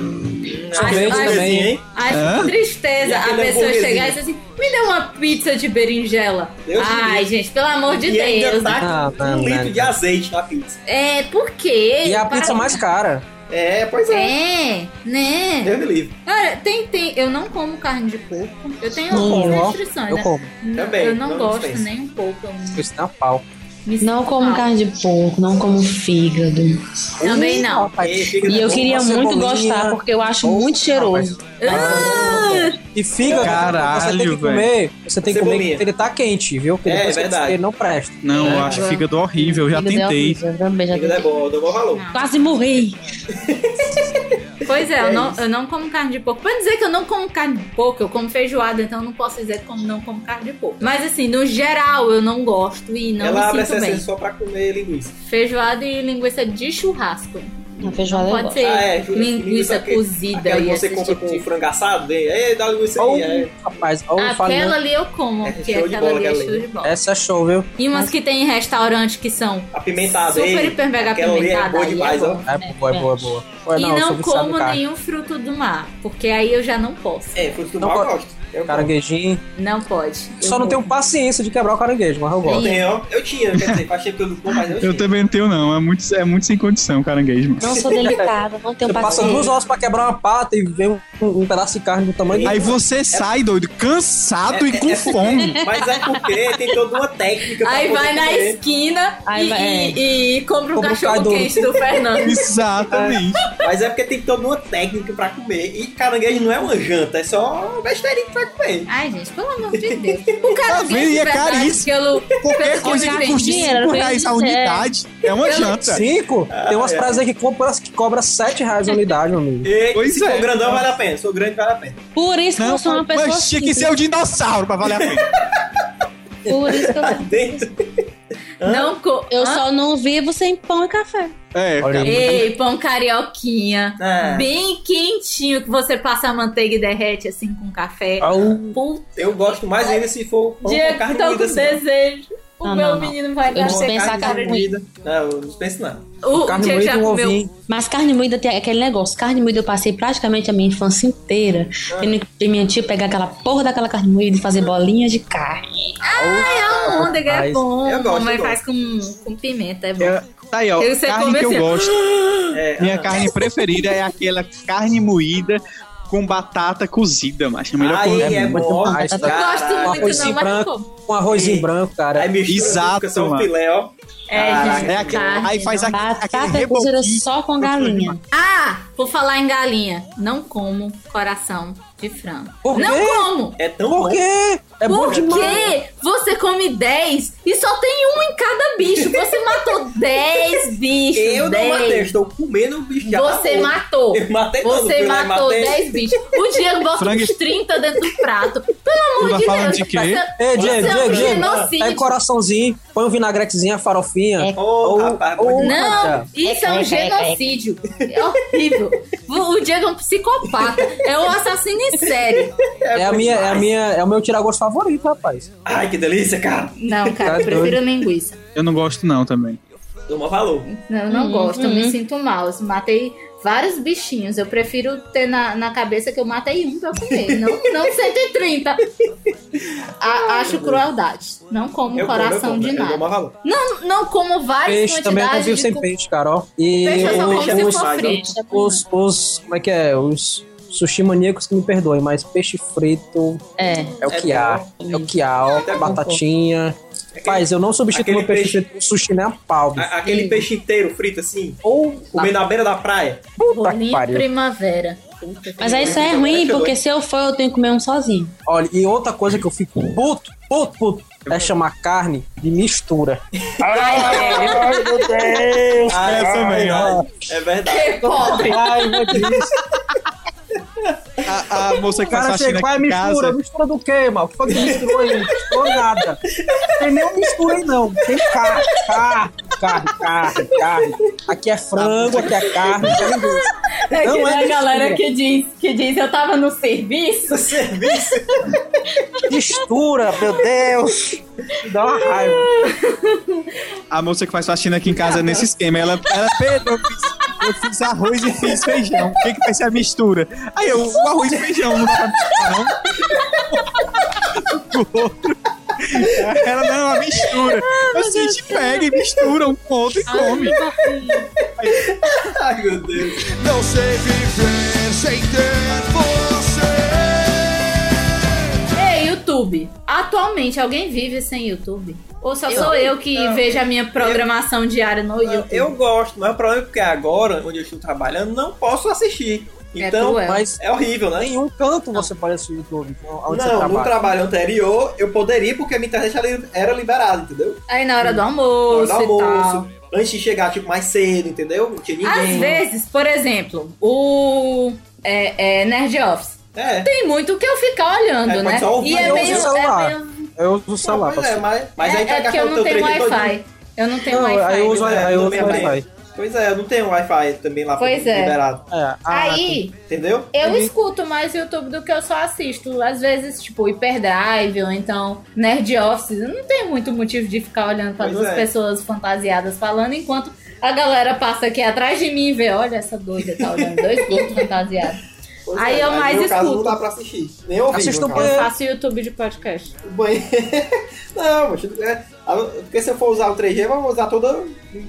A: Ai,
C: Sorvete
A: ai,
C: também.
B: hein?
A: Ai,
E: Hã?
A: que
B: E
A: tristeza a
B: aquele
A: pessoa
B: hambúrguerzinho?
A: chegar e dizer assim: me dê uma pizza de berinjela.
B: Deus
A: Ai, gente, pelo amor de
B: e ainda
A: Deus.
B: tá
C: Ah,
B: com um
C: não,
B: litro
C: não.
B: de azeite na pizza.
A: É, por quê?
C: E a
A: Para-
C: pizza mais cara.
B: É, pois é.
A: É, né?
B: Deus me livre.
A: Olha, tem, tem. Eu não como carne de porco. Eu tenho
C: Não,
A: algumas
C: ó,
A: restrições,
C: Eu
A: né?
C: como.
A: Não,
B: Também,
A: eu não,
B: não
A: gosto
B: dispenso.
A: nem um pouco. eu me-
C: Isso na pau.
A: me
D: Não
A: sinto
D: como
A: mal.
D: carne de porco, não como fígado.
A: Também não.
B: Ei,
C: Rapaz.
B: fica
D: E eu
B: com-
D: queria
C: uma
D: muito
C: cebolinha.
D: gostar, porque eu acho
C: Ou-
D: muito cheiroso.
C: Rapaz. E fígado,
E: Caralho,
C: você tem que comer, você tem que comer
B: Cebolinha.
C: quando ele tá quente, viu? Porque
B: É,
C: depois que
B: verdade.
C: ele não presta.
E: Não, eu acho fígado horrível. Eu já
D: É? Fígado é
E: tentei.
D: horrível, eu também já
B: Fígado é
D: tentei.
B: bom, eu dou bom valor.
D: Quase morri.
A: Pois é,
B: É
A: eu, não,
B: isso.
A: eu não como carne de porco. Pra não dizer que eu não como carne de porco, eu como feijoada, então eu não posso dizer que como- não como carne de porco. Mas assim, no geral, eu não gosto e não
B: Ela abre
A: me
B: a
A: sinto
B: sessão
A: bem.
B: só pra comer linguiça.
A: Feijoada e linguiça de churrasco.
D: Uma feijoada eu
A: Pode
D: gosto.
A: ser
B: Ah, é, linguiça
A: linguiça
B: aquele-
A: cozida
B: Aquela que
A: e
B: você
A: esse
B: compra
A: tipo
B: com
A: de...
B: frango assado, né? É, dá linguiça
C: Ou,
B: aí. É.
C: rapaz, ou
A: Aquela
C: farinha.
A: ali eu como,
B: É
A: porque
B: show de
A: aquela
B: bola,
A: ali é
B: aquela
A: show
B: ali.
A: de bola.
C: Essa é show, viu?
A: E umas que tem em restaurante que são
B: Apimentada.
A: super,
B: ei,
A: hiper, mega
B: Ah, aquela ali é
A: apimentada.
B: boa
A: aí é
B: demais,
A: bom.
B: ó.
C: É boa, é boa, é boa. Ué,
A: E
C: eu sou
A: não
C: viciado em
A: como
C: carne.
A: nenhum fruto do mar, porque aí eu já não posso.
B: É, fruto do
C: Não
B: mal eu
C: pode-
B: gosto. Eu gosto.
C: Caranguejinho.
A: Não pode.
C: Só não tenho paciência de quebrar o caranguejo, mas eu
B: Eu
C: gosto.
B: tenho, eu tinha, quer dizer, faz tempo que eu não como, mas eu
E: Eu
B: tinha.
E: também não tenho, não. É muito, é muito sem condição, caranguejo, mano.
D: Não sou delicada, não
A: um
D: tenho
C: Você passa
D: paciência.
C: duas horas pra quebrar uma pata e vem um, um pedaço de carne do tamanho
E: Aí você sai, doido, cansado
B: É-
E: e com
B: é-
E: fome.
B: Mas é porque tem toda uma técnica pra
A: Aí
B: poder
A: vai na
B: comer.
A: esquina
D: Aí
A: e,
D: vai- é.
A: e- e compra um
C: Compra um
A: cachorro
C: cadu.
A: quente do Fernando.
E: Exatamente.
B: Mas é porque tem toda uma técnica pra comer. E caranguejo não é uma janta, é só uma besteirinha que vai comer.
A: Ai, gente, pelo amor de Deus. O cara
E: vendo? E é caríssimo.
A: Pelo,
E: Qualquer
A: pelo
E: coisa
A: eu
E: que custe
A: vendi.
D: dinheiro,
E: 5 reais a
D: eu vendi
E: unidade é uma janta.
C: Cinco? Tem umas praias aí que cobra, que cobra 7 reais a unidade, meu amigo.
B: E
E: Pois
B: se
E: é.
B: for grandão, vale a pena. Sou grande, vale a pena.
D: Por isso que
E: Não,
D: eu sou uma pessoa
E: mas tinha que
D: simples.
E: ser o dinossauro pra valer a pena.
D: Por isso que eu...
B: Dentro.
A: Não co...
D: eu
A: Hã?
D: só não vivo sem pão e café.
E: É,
C: Olha aí.
A: Ei, pão carioquinha.
B: Ah.
A: Bem quentinho, que você passa a manteiga e derrete assim com café.
C: Au.
A: Puta,
B: Eu gosto mais ainda se for pão com
A: Diego,
B: carne
A: tô tá com
B: moída. assim.
A: desejo. O
D: Não,
A: meu
D: não, não.
A: menino vai
D: Eu
A: nascer.
D: dispenso a carne moída.
B: Não, eu não penso não.
A: O, o
C: Carne
A: Diego
C: moída
A: já
C: e um
A: comeu
C: ovinho.
D: Mas carne moída tem aquele negócio. Carne moída eu passei praticamente a minha infância inteira.
E: Ah.
D: Tendo que pra minha tia pegar aquela porra daquela carne moída e fazer bolinhas de carne.
A: almôndega, é
C: Rapaz,
A: bom.
B: eu gosto,
A: Mamãe
B: eu
A: faz com, com pimenta, é bom.
E: Eu- Tá aí, ó.
A: Eu sei
E: carne
A: como
E: que
A: é
E: eu
A: seu.
E: gosto.
B: É,
E: Minha
B: ah,
E: carne preferida é aquela carne moída com batata cozida, macho. É a melhor
B: Aí
E: coisa.
B: é bom.
C: demais,
D: Eu
A: Não
C: tá?
A: gosto
B: Caralho.
A: muito,
C: Arrozinho
A: não, mas
C: branco.
A: como.
C: Um arrozinho branco, cara.
B: Aí mistura
E: Exato,
B: fica só um
E: mano.
B: filé, ó.
A: É,
B: Caraca.
A: gente,
E: É aquele,
A: carne,
E: aí faz
A: não-
E: aquele, aquele
D: Ah, Batata cozida
E: reboquinho.
D: só com galinha.
A: Ah, vou falar em galinha. Não como coração de frango.
C: Por quê?
A: Não como!
B: É tão
C: Por
B: bom.
C: quê? É bom
A: Por
C: demais.
A: quê? Você come 10 e só tem um em cada bicho. Você matou 10 bichos.
B: Eu não
A: dez.
B: matei, eu estou comendo o bicho já
A: Você
B: tá morto.
A: matou.
B: Eu matei todo
A: Você
B: mundo, né?
A: matou
B: Matei.
A: 10 bichos. O Diego bota
E: Frango-
A: uns 30 dentro do prato. Pelo
E: Tu
A: amor
E: tá
A: de
E: falando
A: Deus.
E: de quê?
A: Você-
C: Ei,
A: você
C: Diego,
A: é um
C: Diego, Diego.
A: genocídio.
C: Pega o coraçãozinho, põe o vinagretezinho, a
A: É.
C: farofinha.
B: Ô,
C: Ou-
B: rapaz, é
C: ou-
B: muito-
A: Não,
C: Eita.
A: isso é um
D: Eita, eita,
A: genocídio. É horrível. O o Diego é um psicopata. É um assassino em série.
C: É, a minha, é, a minha, é o meu tiragosto favorito, rapaz.
B: Ai, que delícia, cara.
A: Não, cara,
C: Tá
A: eu prefiro linguiça.
E: Eu não gosto, não, também.
B: Deu maior valor.
A: Não, eu não
D: Uhum,
A: gosto, eu
D: uhum.
A: me sinto mal. Eu matei vários bichinhos. Eu prefiro ter na, na cabeça que eu matei um pra comer, não, não 130. A, acho crueldade. Não como
B: Eu como, eu
A: coração
B: como,
A: de
B: eu dou
A: nada.
B: maior valor.
A: Não, não como várias
C: Peixe também eu
A: quantidades
C: convivo
A: de
C: sem
A: co-
C: peixe, cara. ó. E
A: Peixe é eu só como
C: os,
A: se
B: eu
C: os,
A: for
B: saio,
E: é
A: frito.
C: os, os- Como é que é? Os sushi maníacos que me perdoem, mas peixe frito
D: É.
C: é o
B: É
C: que há. É o que há, ó.
B: Até bom,
C: Batatinha. Rapaz, eu não substituo
B: aquele
C: meu peixe,
B: peixe- É.
C: frito com sushi nem a pau. bicho.
B: A- Aquele peixe inteiro frito assim,
C: Ou
B: comer na beira da praia.
C: puta que
A: Bolinho
C: pariu.
A: primavera.
D: Mas aí isso é ruim, porque se eu for, eu tenho que comer um sozinho.
C: Olha, e outra coisa que eu fico puto, puto, puto, é chamar carne de mistura. Ai, meu Deus!
B: Ah,
E: é também, ó.
B: É verdade.
A: Que pobre.
C: Ai, meu Deus!
E: A, a moça
C: O
E: que faz
C: cara
E: faxina
C: chega,
E: aqui
C: vai,
E: em
C: mistura,
E: casa...
C: mistura do quê, mal? O que foi que misturou aí? Não Misturou nada. Não Tem nenhum mistura aí, não. Tem carne, carne, carne, carne, carne. Aqui é frango, aqui é carne, aqui é linguiça.
A: É que
C: Não é
A: nem a
C: mistura.
A: galera que diz, que diz, eu tava no serviço.
B: Serviço.
C: Mistura, meu Deus! Me Dá uma raiva.
E: A moça que faz faxina aqui em casa é nesse esquema. Ela, ela Pedro, eu fiz, eu fiz arroz e fiz feijão. O que, que vai ser a mistura? Aí eu, o arroz e feijão, não tá misturando. O outro. Ela não é uma mistura. Assim, a gente pega e mistura um com o outro e come.
B: Ai, meu Deus.
F: Não sei viver sem ter você.
A: Ei, YouTube. Atualmente, alguém vive sem YouTube? Ou só sou eu que
B: não.
A: vejo a minha programação diária no YouTube?
B: Eu gosto, mas o problema é porque agora, onde eu estou trabalhando, não posso assistir.
A: É
B: Então,
A: cruel.
C: Mas
B: é horrível, né?
C: em nenhum canto você pode assistir o YouTube. Onde você
B: não, no
C: trabalha.
B: trabalho anterior eu poderia porque a minha internet ela era liberada, entendeu?
A: Aí na hora do
B: Hum, Na hora
A: almoço, e
B: do
A: tal.
B: almoço, antes de chegar tipo mais cedo, entendeu? Não tinha ninguém.
A: tá- Às vezes, por exemplo, o é, é, Nerd Office.
B: É.
A: Tem muito que eu ficar olhando,
B: É, mas
A: né?
B: só ouvir,
A: E é
C: eu uso
A: meio.
C: o celular.
A: É, meio-
C: Eu uso o
B: Não,
C: celular.
B: pois
C: pra
B: é,
C: assistir.
B: mas, mas
A: é-
B: aí
A: é
B: tá
A: porque eu
B: gastando
A: não tenho
B: trem
A: Wi-Fi. Eu não tenho
C: Não,
A: Wi-Fi.
C: aí eu uso,
A: né?
B: né?
C: aí eu uso
B: Também
C: Wi-Fi.
B: Pois é, eu não tenho Wi-Fi também lá
A: Pois é.
B: liberado,
C: É, ah,
A: Aí
B: entendeu?
A: eu
C: Entendi.
A: escuto mais YouTube do que eu só assisto. Às vezes, tipo, Hyperdrive ou então Nerd Office. Eu não tenho muito motivo de ficar olhando pra
B: Pois
A: duas
B: é.
A: pessoas fantasiadas falando, enquanto a galera passa aqui atrás de mim e vê: olha essa doida, tá olhando dois grupos fantasiados.
B: Pois
A: Aí
B: é,
A: eu
B: no
A: mais
B: meu caso,
A: escuto.
B: não dá pra assistir. Nem ouvir.
C: Assista
B: no
C: o
B: caso.
A: Eu
C: É.
A: faço YouTube de podcast.
B: O banheiro. não, mas tudo- é, a- porque se eu for usar o 3G, eu vou usar toda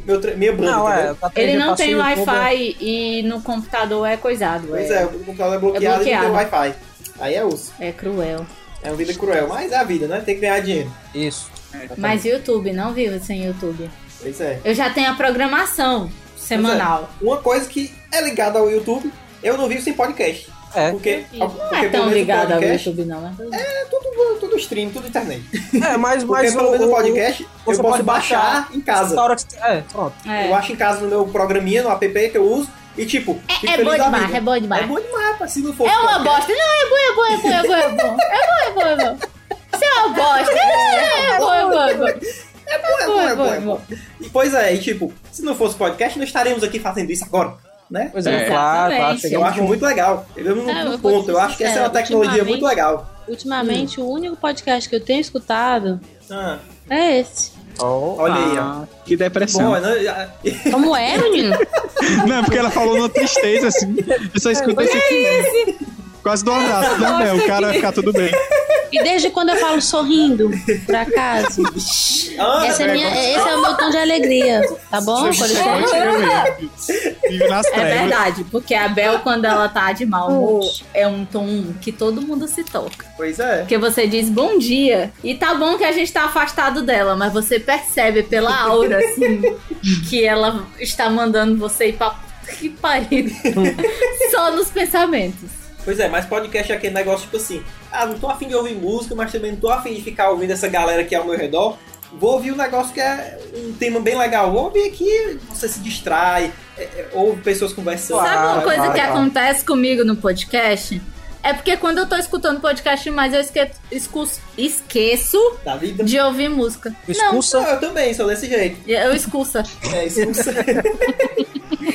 B: meu, tre- minha banda.
C: Não, é,
B: entendeu?
C: tá
A: Ele não
C: passa
A: tem
C: o YouTube, é-
A: Wi-fi e no computador é coisado.
B: Pois
A: é,
B: é, o computador é bloqueado, e não tem
A: bloqueado.
B: Wi-Fi. Aí é osso.
A: é cruel.
B: É uma vida cruel, mas é a vida, né? Tem que ganhar dinheiro.
C: é Isso.
A: Mas YouTube, não vivo sem YouTube.
B: Pois é.
A: Eu já tenho a programação semanal.
B: Uma coisa que é ligada ao YouTube, eu não vivo sem podcast.
C: É.
B: Porque,
A: Não é tão ligado ao YouTube, não. né?
B: É tudo, tudo stream, tudo internet.
C: É, mas,
B: Porque
C: mas
B: pelo
C: o,
B: menos o
C: o-
B: podcast
C: você
B: eu posso
C: pode
B: baixar, em casa.
C: essa hora que- É, pronto.
A: É.
B: Eu acho em casa no meu programinha, no app que eu uso. E tipo, fico
A: É, é
B: feliz
A: bom
B: da
A: demais,
B: vida.
A: é bom demais.
B: É bom demais, rapaz, se não for.
A: É uma bosta. Não, é bom, é bom, é bom, é bom, é bom. É bom, é bom, é bom. Isso é uma bosta. É, é bom, é bom, é bom.
B: É bom, é bom, é
A: é
B: bom. E pois é, e tipo, se não fosse podcast, não estaríamos aqui fazendo isso agora, né?
C: Pois é,
E: É.
C: claro, claro.
A: Exatamente.
B: Eu
C: Chegamos
B: acho muito legal. Eu não
D: É, eu vou
B: ponto.
D: ser
B: Eu acho que essa é uma
D: sincera,
B: tecnologia muito
D: ultimamente-
B: legal.
D: Ultimamente, o único podcast que eu tenho escutado
B: Ah,
D: é esse.
C: Oh.
B: olha aí, ó.
E: Ah, que depressão.
B: Bom, né? Já-
D: Como é, menino?
E: Não, é porque ela falou numa tristeza assim. Eu só escuto esse aqui. Quase do abraço, né, Mel? O cara vai ficar tudo bem.
D: E desde quando eu falo sorrindo, por acaso?
B: Ah,
D: Essa é
B: velho,
D: minha, esse é o meu tom de alegria, tá bom? Com licença.
E: Vive nas
A: É
E: trevas.
A: verdade, porque a Bel, quando ela tá de mau humor, é um tom que todo mundo se toca.
B: Pois é.
A: Porque você diz bom dia. E tá bom que a gente tá afastado dela, mas você percebe pela aura, assim, que ela está mandando você ir pra puta que pariu. Só nos pensamentos.
B: Pois é, mas podcast é aquele negócio tipo assim: ah, não tô afim de ouvir música, mas também não tô afim de ficar ouvindo essa galera aqui ao meu redor. vou ouvir um negócio que é um tema bem legal. Vou ouvir aqui, você se distrai, é, é, ouve pessoas conversando.
A: Sabe uma
B: Vai,
A: coisa
B: vai,
A: que
B: vai.
A: acontece comigo no podcast? É porque quando eu tô escutando podcast demais, eu esque- escu- esqueço
B: Da vida.
A: de ouvir música. Não,
C: Expulsa.
B: Não, eu também sou desse jeito.
A: eu escuça.
B: É, expulsa.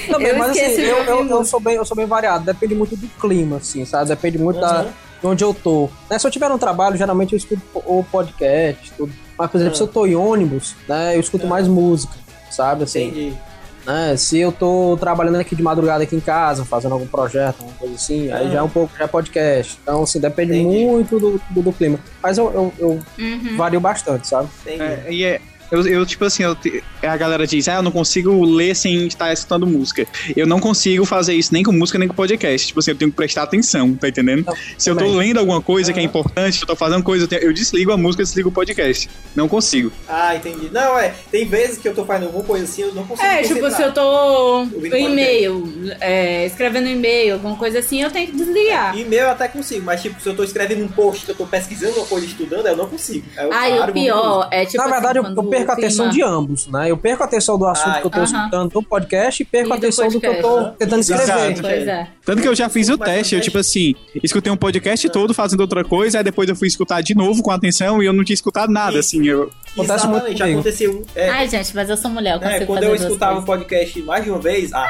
C: Também,
A: Eu
C: mas assim,
A: esqueço de
C: eu, eu-
A: ouvir
C: eu sou bem, eu sou bem variado. Depende muito do clima, assim, sabe? Depende muito da,
B: Uhum.
C: de onde eu tô. Né? Se eu tiver um trabalho, geralmente eu escuto po- ou podcast, tudo. Mas, por exemplo,
B: Uhum.
C: se eu tô em ônibus, né, eu escuto mais música, sabe? Assim,
B: Entendi.
C: né? Se eu tô trabalhando aqui de madrugada aqui em casa, fazendo algum projeto, alguma coisa assim, aí
B: Uhum.
C: já é um pouco, já é podcast. Então, assim, depende
B: Entendi.
C: muito do, do, do clima. Mas eu, eu, eu
A: Uhum.
C: vario bastante, sabe?
B: Entendi.
E: É, e é- eu, eu, tipo assim, eu te- a galera diz, ah, eu não consigo ler sem estar escutando música. Eu não consigo fazer isso nem com música, nem com podcast. Tipo assim, eu tenho que prestar atenção, tá entendendo?
C: Não,
E: Se eu tô
C: também.
E: lendo alguma coisa que é importante, se eu tô fazendo coisa, eu, tenho- eu desligo a música, desligo o podcast. Não consigo.
B: Ah, entendi. Não, é. Tem vezes que eu tô fazendo alguma coisa assim, eu não consigo.
A: É, tipo,
B: concentrar.
A: se eu tô
B: Ouvindo
A: em
B: um
A: e-mail, é, escrevendo e-mail, alguma coisa assim, eu tenho que desligar.
B: E-mail eu até consigo, mas tipo, se eu tô escrevendo um post que eu tô pesquisando uma coisa estudando, eu não consigo. Aí eu
A: Aí
B: paro,
A: o
B: vou pro
A: pior
B: outro.
A: é tipo.
C: Na verdade,
A: assim,
C: eu, eu
A: quando
C: perco a
A: o clima-
C: atenção de ambos, né? Eu perco a atenção do assunto
B: Ai.
C: que eu tô
A: Aham.
C: escutando do podcast e perco
A: E
C: a
A: do
C: atenção do, que eu tô
B: podcast.
C: tentando escrever.
E: Exato.
A: Pois é.
E: Tanto que eu já fiz o
B: Mas
E: teste, eu tipo assim, escutei um podcast todo fazendo outra coisa, aí depois eu fui escutar de novo com atenção e eu não tinha escutado nada,
B: Isso.
E: assim, eu...
C: Acontece muito
B: Exatamente,
C: comigo.
B: aconteceu. É,
A: Ai, gente, mas eu sou mulher, eu
B: né,
A: consigo
B: quando
A: fazer
B: eu
A: duas
B: escutava o
A: coisas.
B: podcast mais de uma vez. Ah,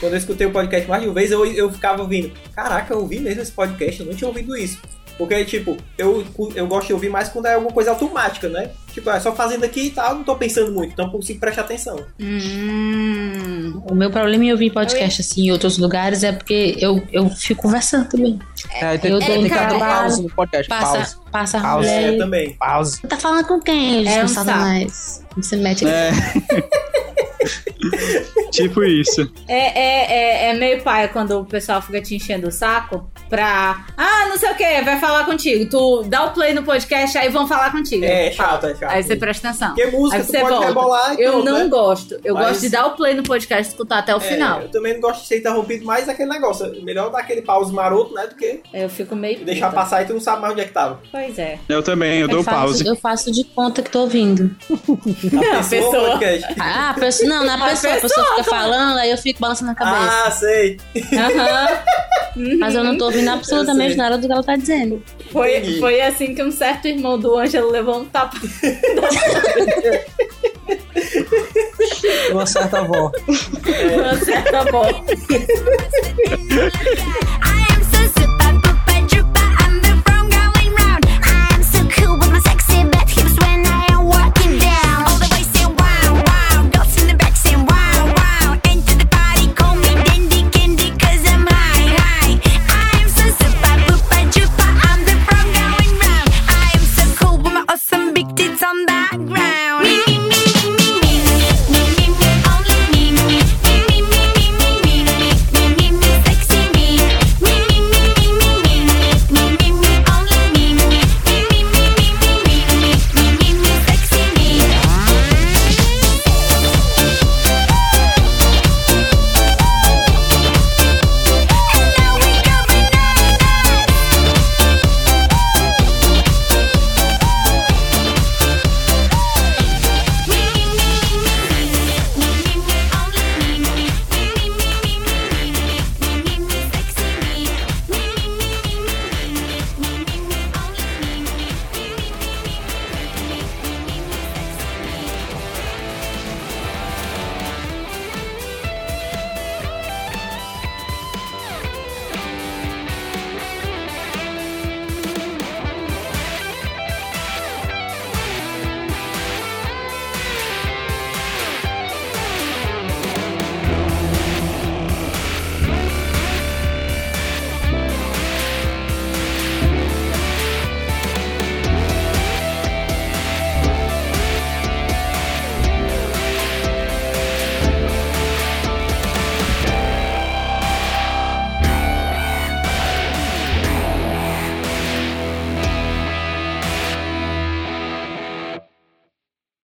B: quando eu escutei o podcast mais de uma vez, eu, eu ficava ouvindo. Caraca, eu ouvi mesmo esse podcast, eu não tinha ouvido isso. Porque, tipo, eu, eu gosto de ouvir mais quando é alguma coisa automática, né? Tipo, é só fazendo aqui e tal, não tô pensando muito, então consigo prestar atenção.
A: Hum,
D: O meu problema é em ouvir podcast assim em outros lugares é porque eu, eu fico conversando também. Tipo,
C: É, aí tem,
D: eu
C: tem
D: tô
C: que
D: em
C: dar
D: casa.
C: pausa no podcast. Pausa.
D: Passa, passa a
C: Pausa.
B: É,
D: mulher.
B: eu
D: e-
B: também.
C: Pausa.
D: Tá falando com quem? Eu
A: É um
D: não
A: saco.
D: mais. Você mete aqui.
E: tipo isso.
A: É, é, é, é meio paia quando o pessoal fica te enchendo o saco pra. Ah, não sei o que, vai falar contigo. Tu dá o play no podcast, aí vão falar contigo.
B: É, chato, é chato.
A: Aí você presta atenção.
B: Porque música
A: Aí
B: tu
A: você
B: pode
A: volta.
B: rebolar e
A: Eu
B: tudo,
A: não
B: né?
A: gosto. Eu
B: Mas-
A: gosto de dar o play no podcast e escutar até o
B: É,
A: final.
B: Eu também não gosto de ser interrompido, mas é aquele negócio. é Melhor dar aquele pause maroto, né? Do que
A: Eu fico meio.
B: deixar
A: puta.
B: passar e tu não sabe mais onde é que tava.
A: Pois é.
E: Eu também, eu, dou
D: faço,
E: pause.
D: Eu faço de conta que tô ouvindo.
A: Não,
B: Pensou no
A: pessoa.
B: podcast.
D: Ah, a pessoa, não, na
A: A
D: pessoa, a pessoa fica falando, aí eu fico balançando a cabeça.
B: Ah, sei.
A: Aham. Uhum.
D: Mas eu não tô ouvindo absolutamente
B: sei.
D: nada do que ela tá dizendo.
A: Foi,
B: Entendi.
A: foi assim que um certo irmão do Ângelo levou um tapa.
C: Uma certa avó.
A: Uma certa bola.
B: É.
H: It's the best that you ever had.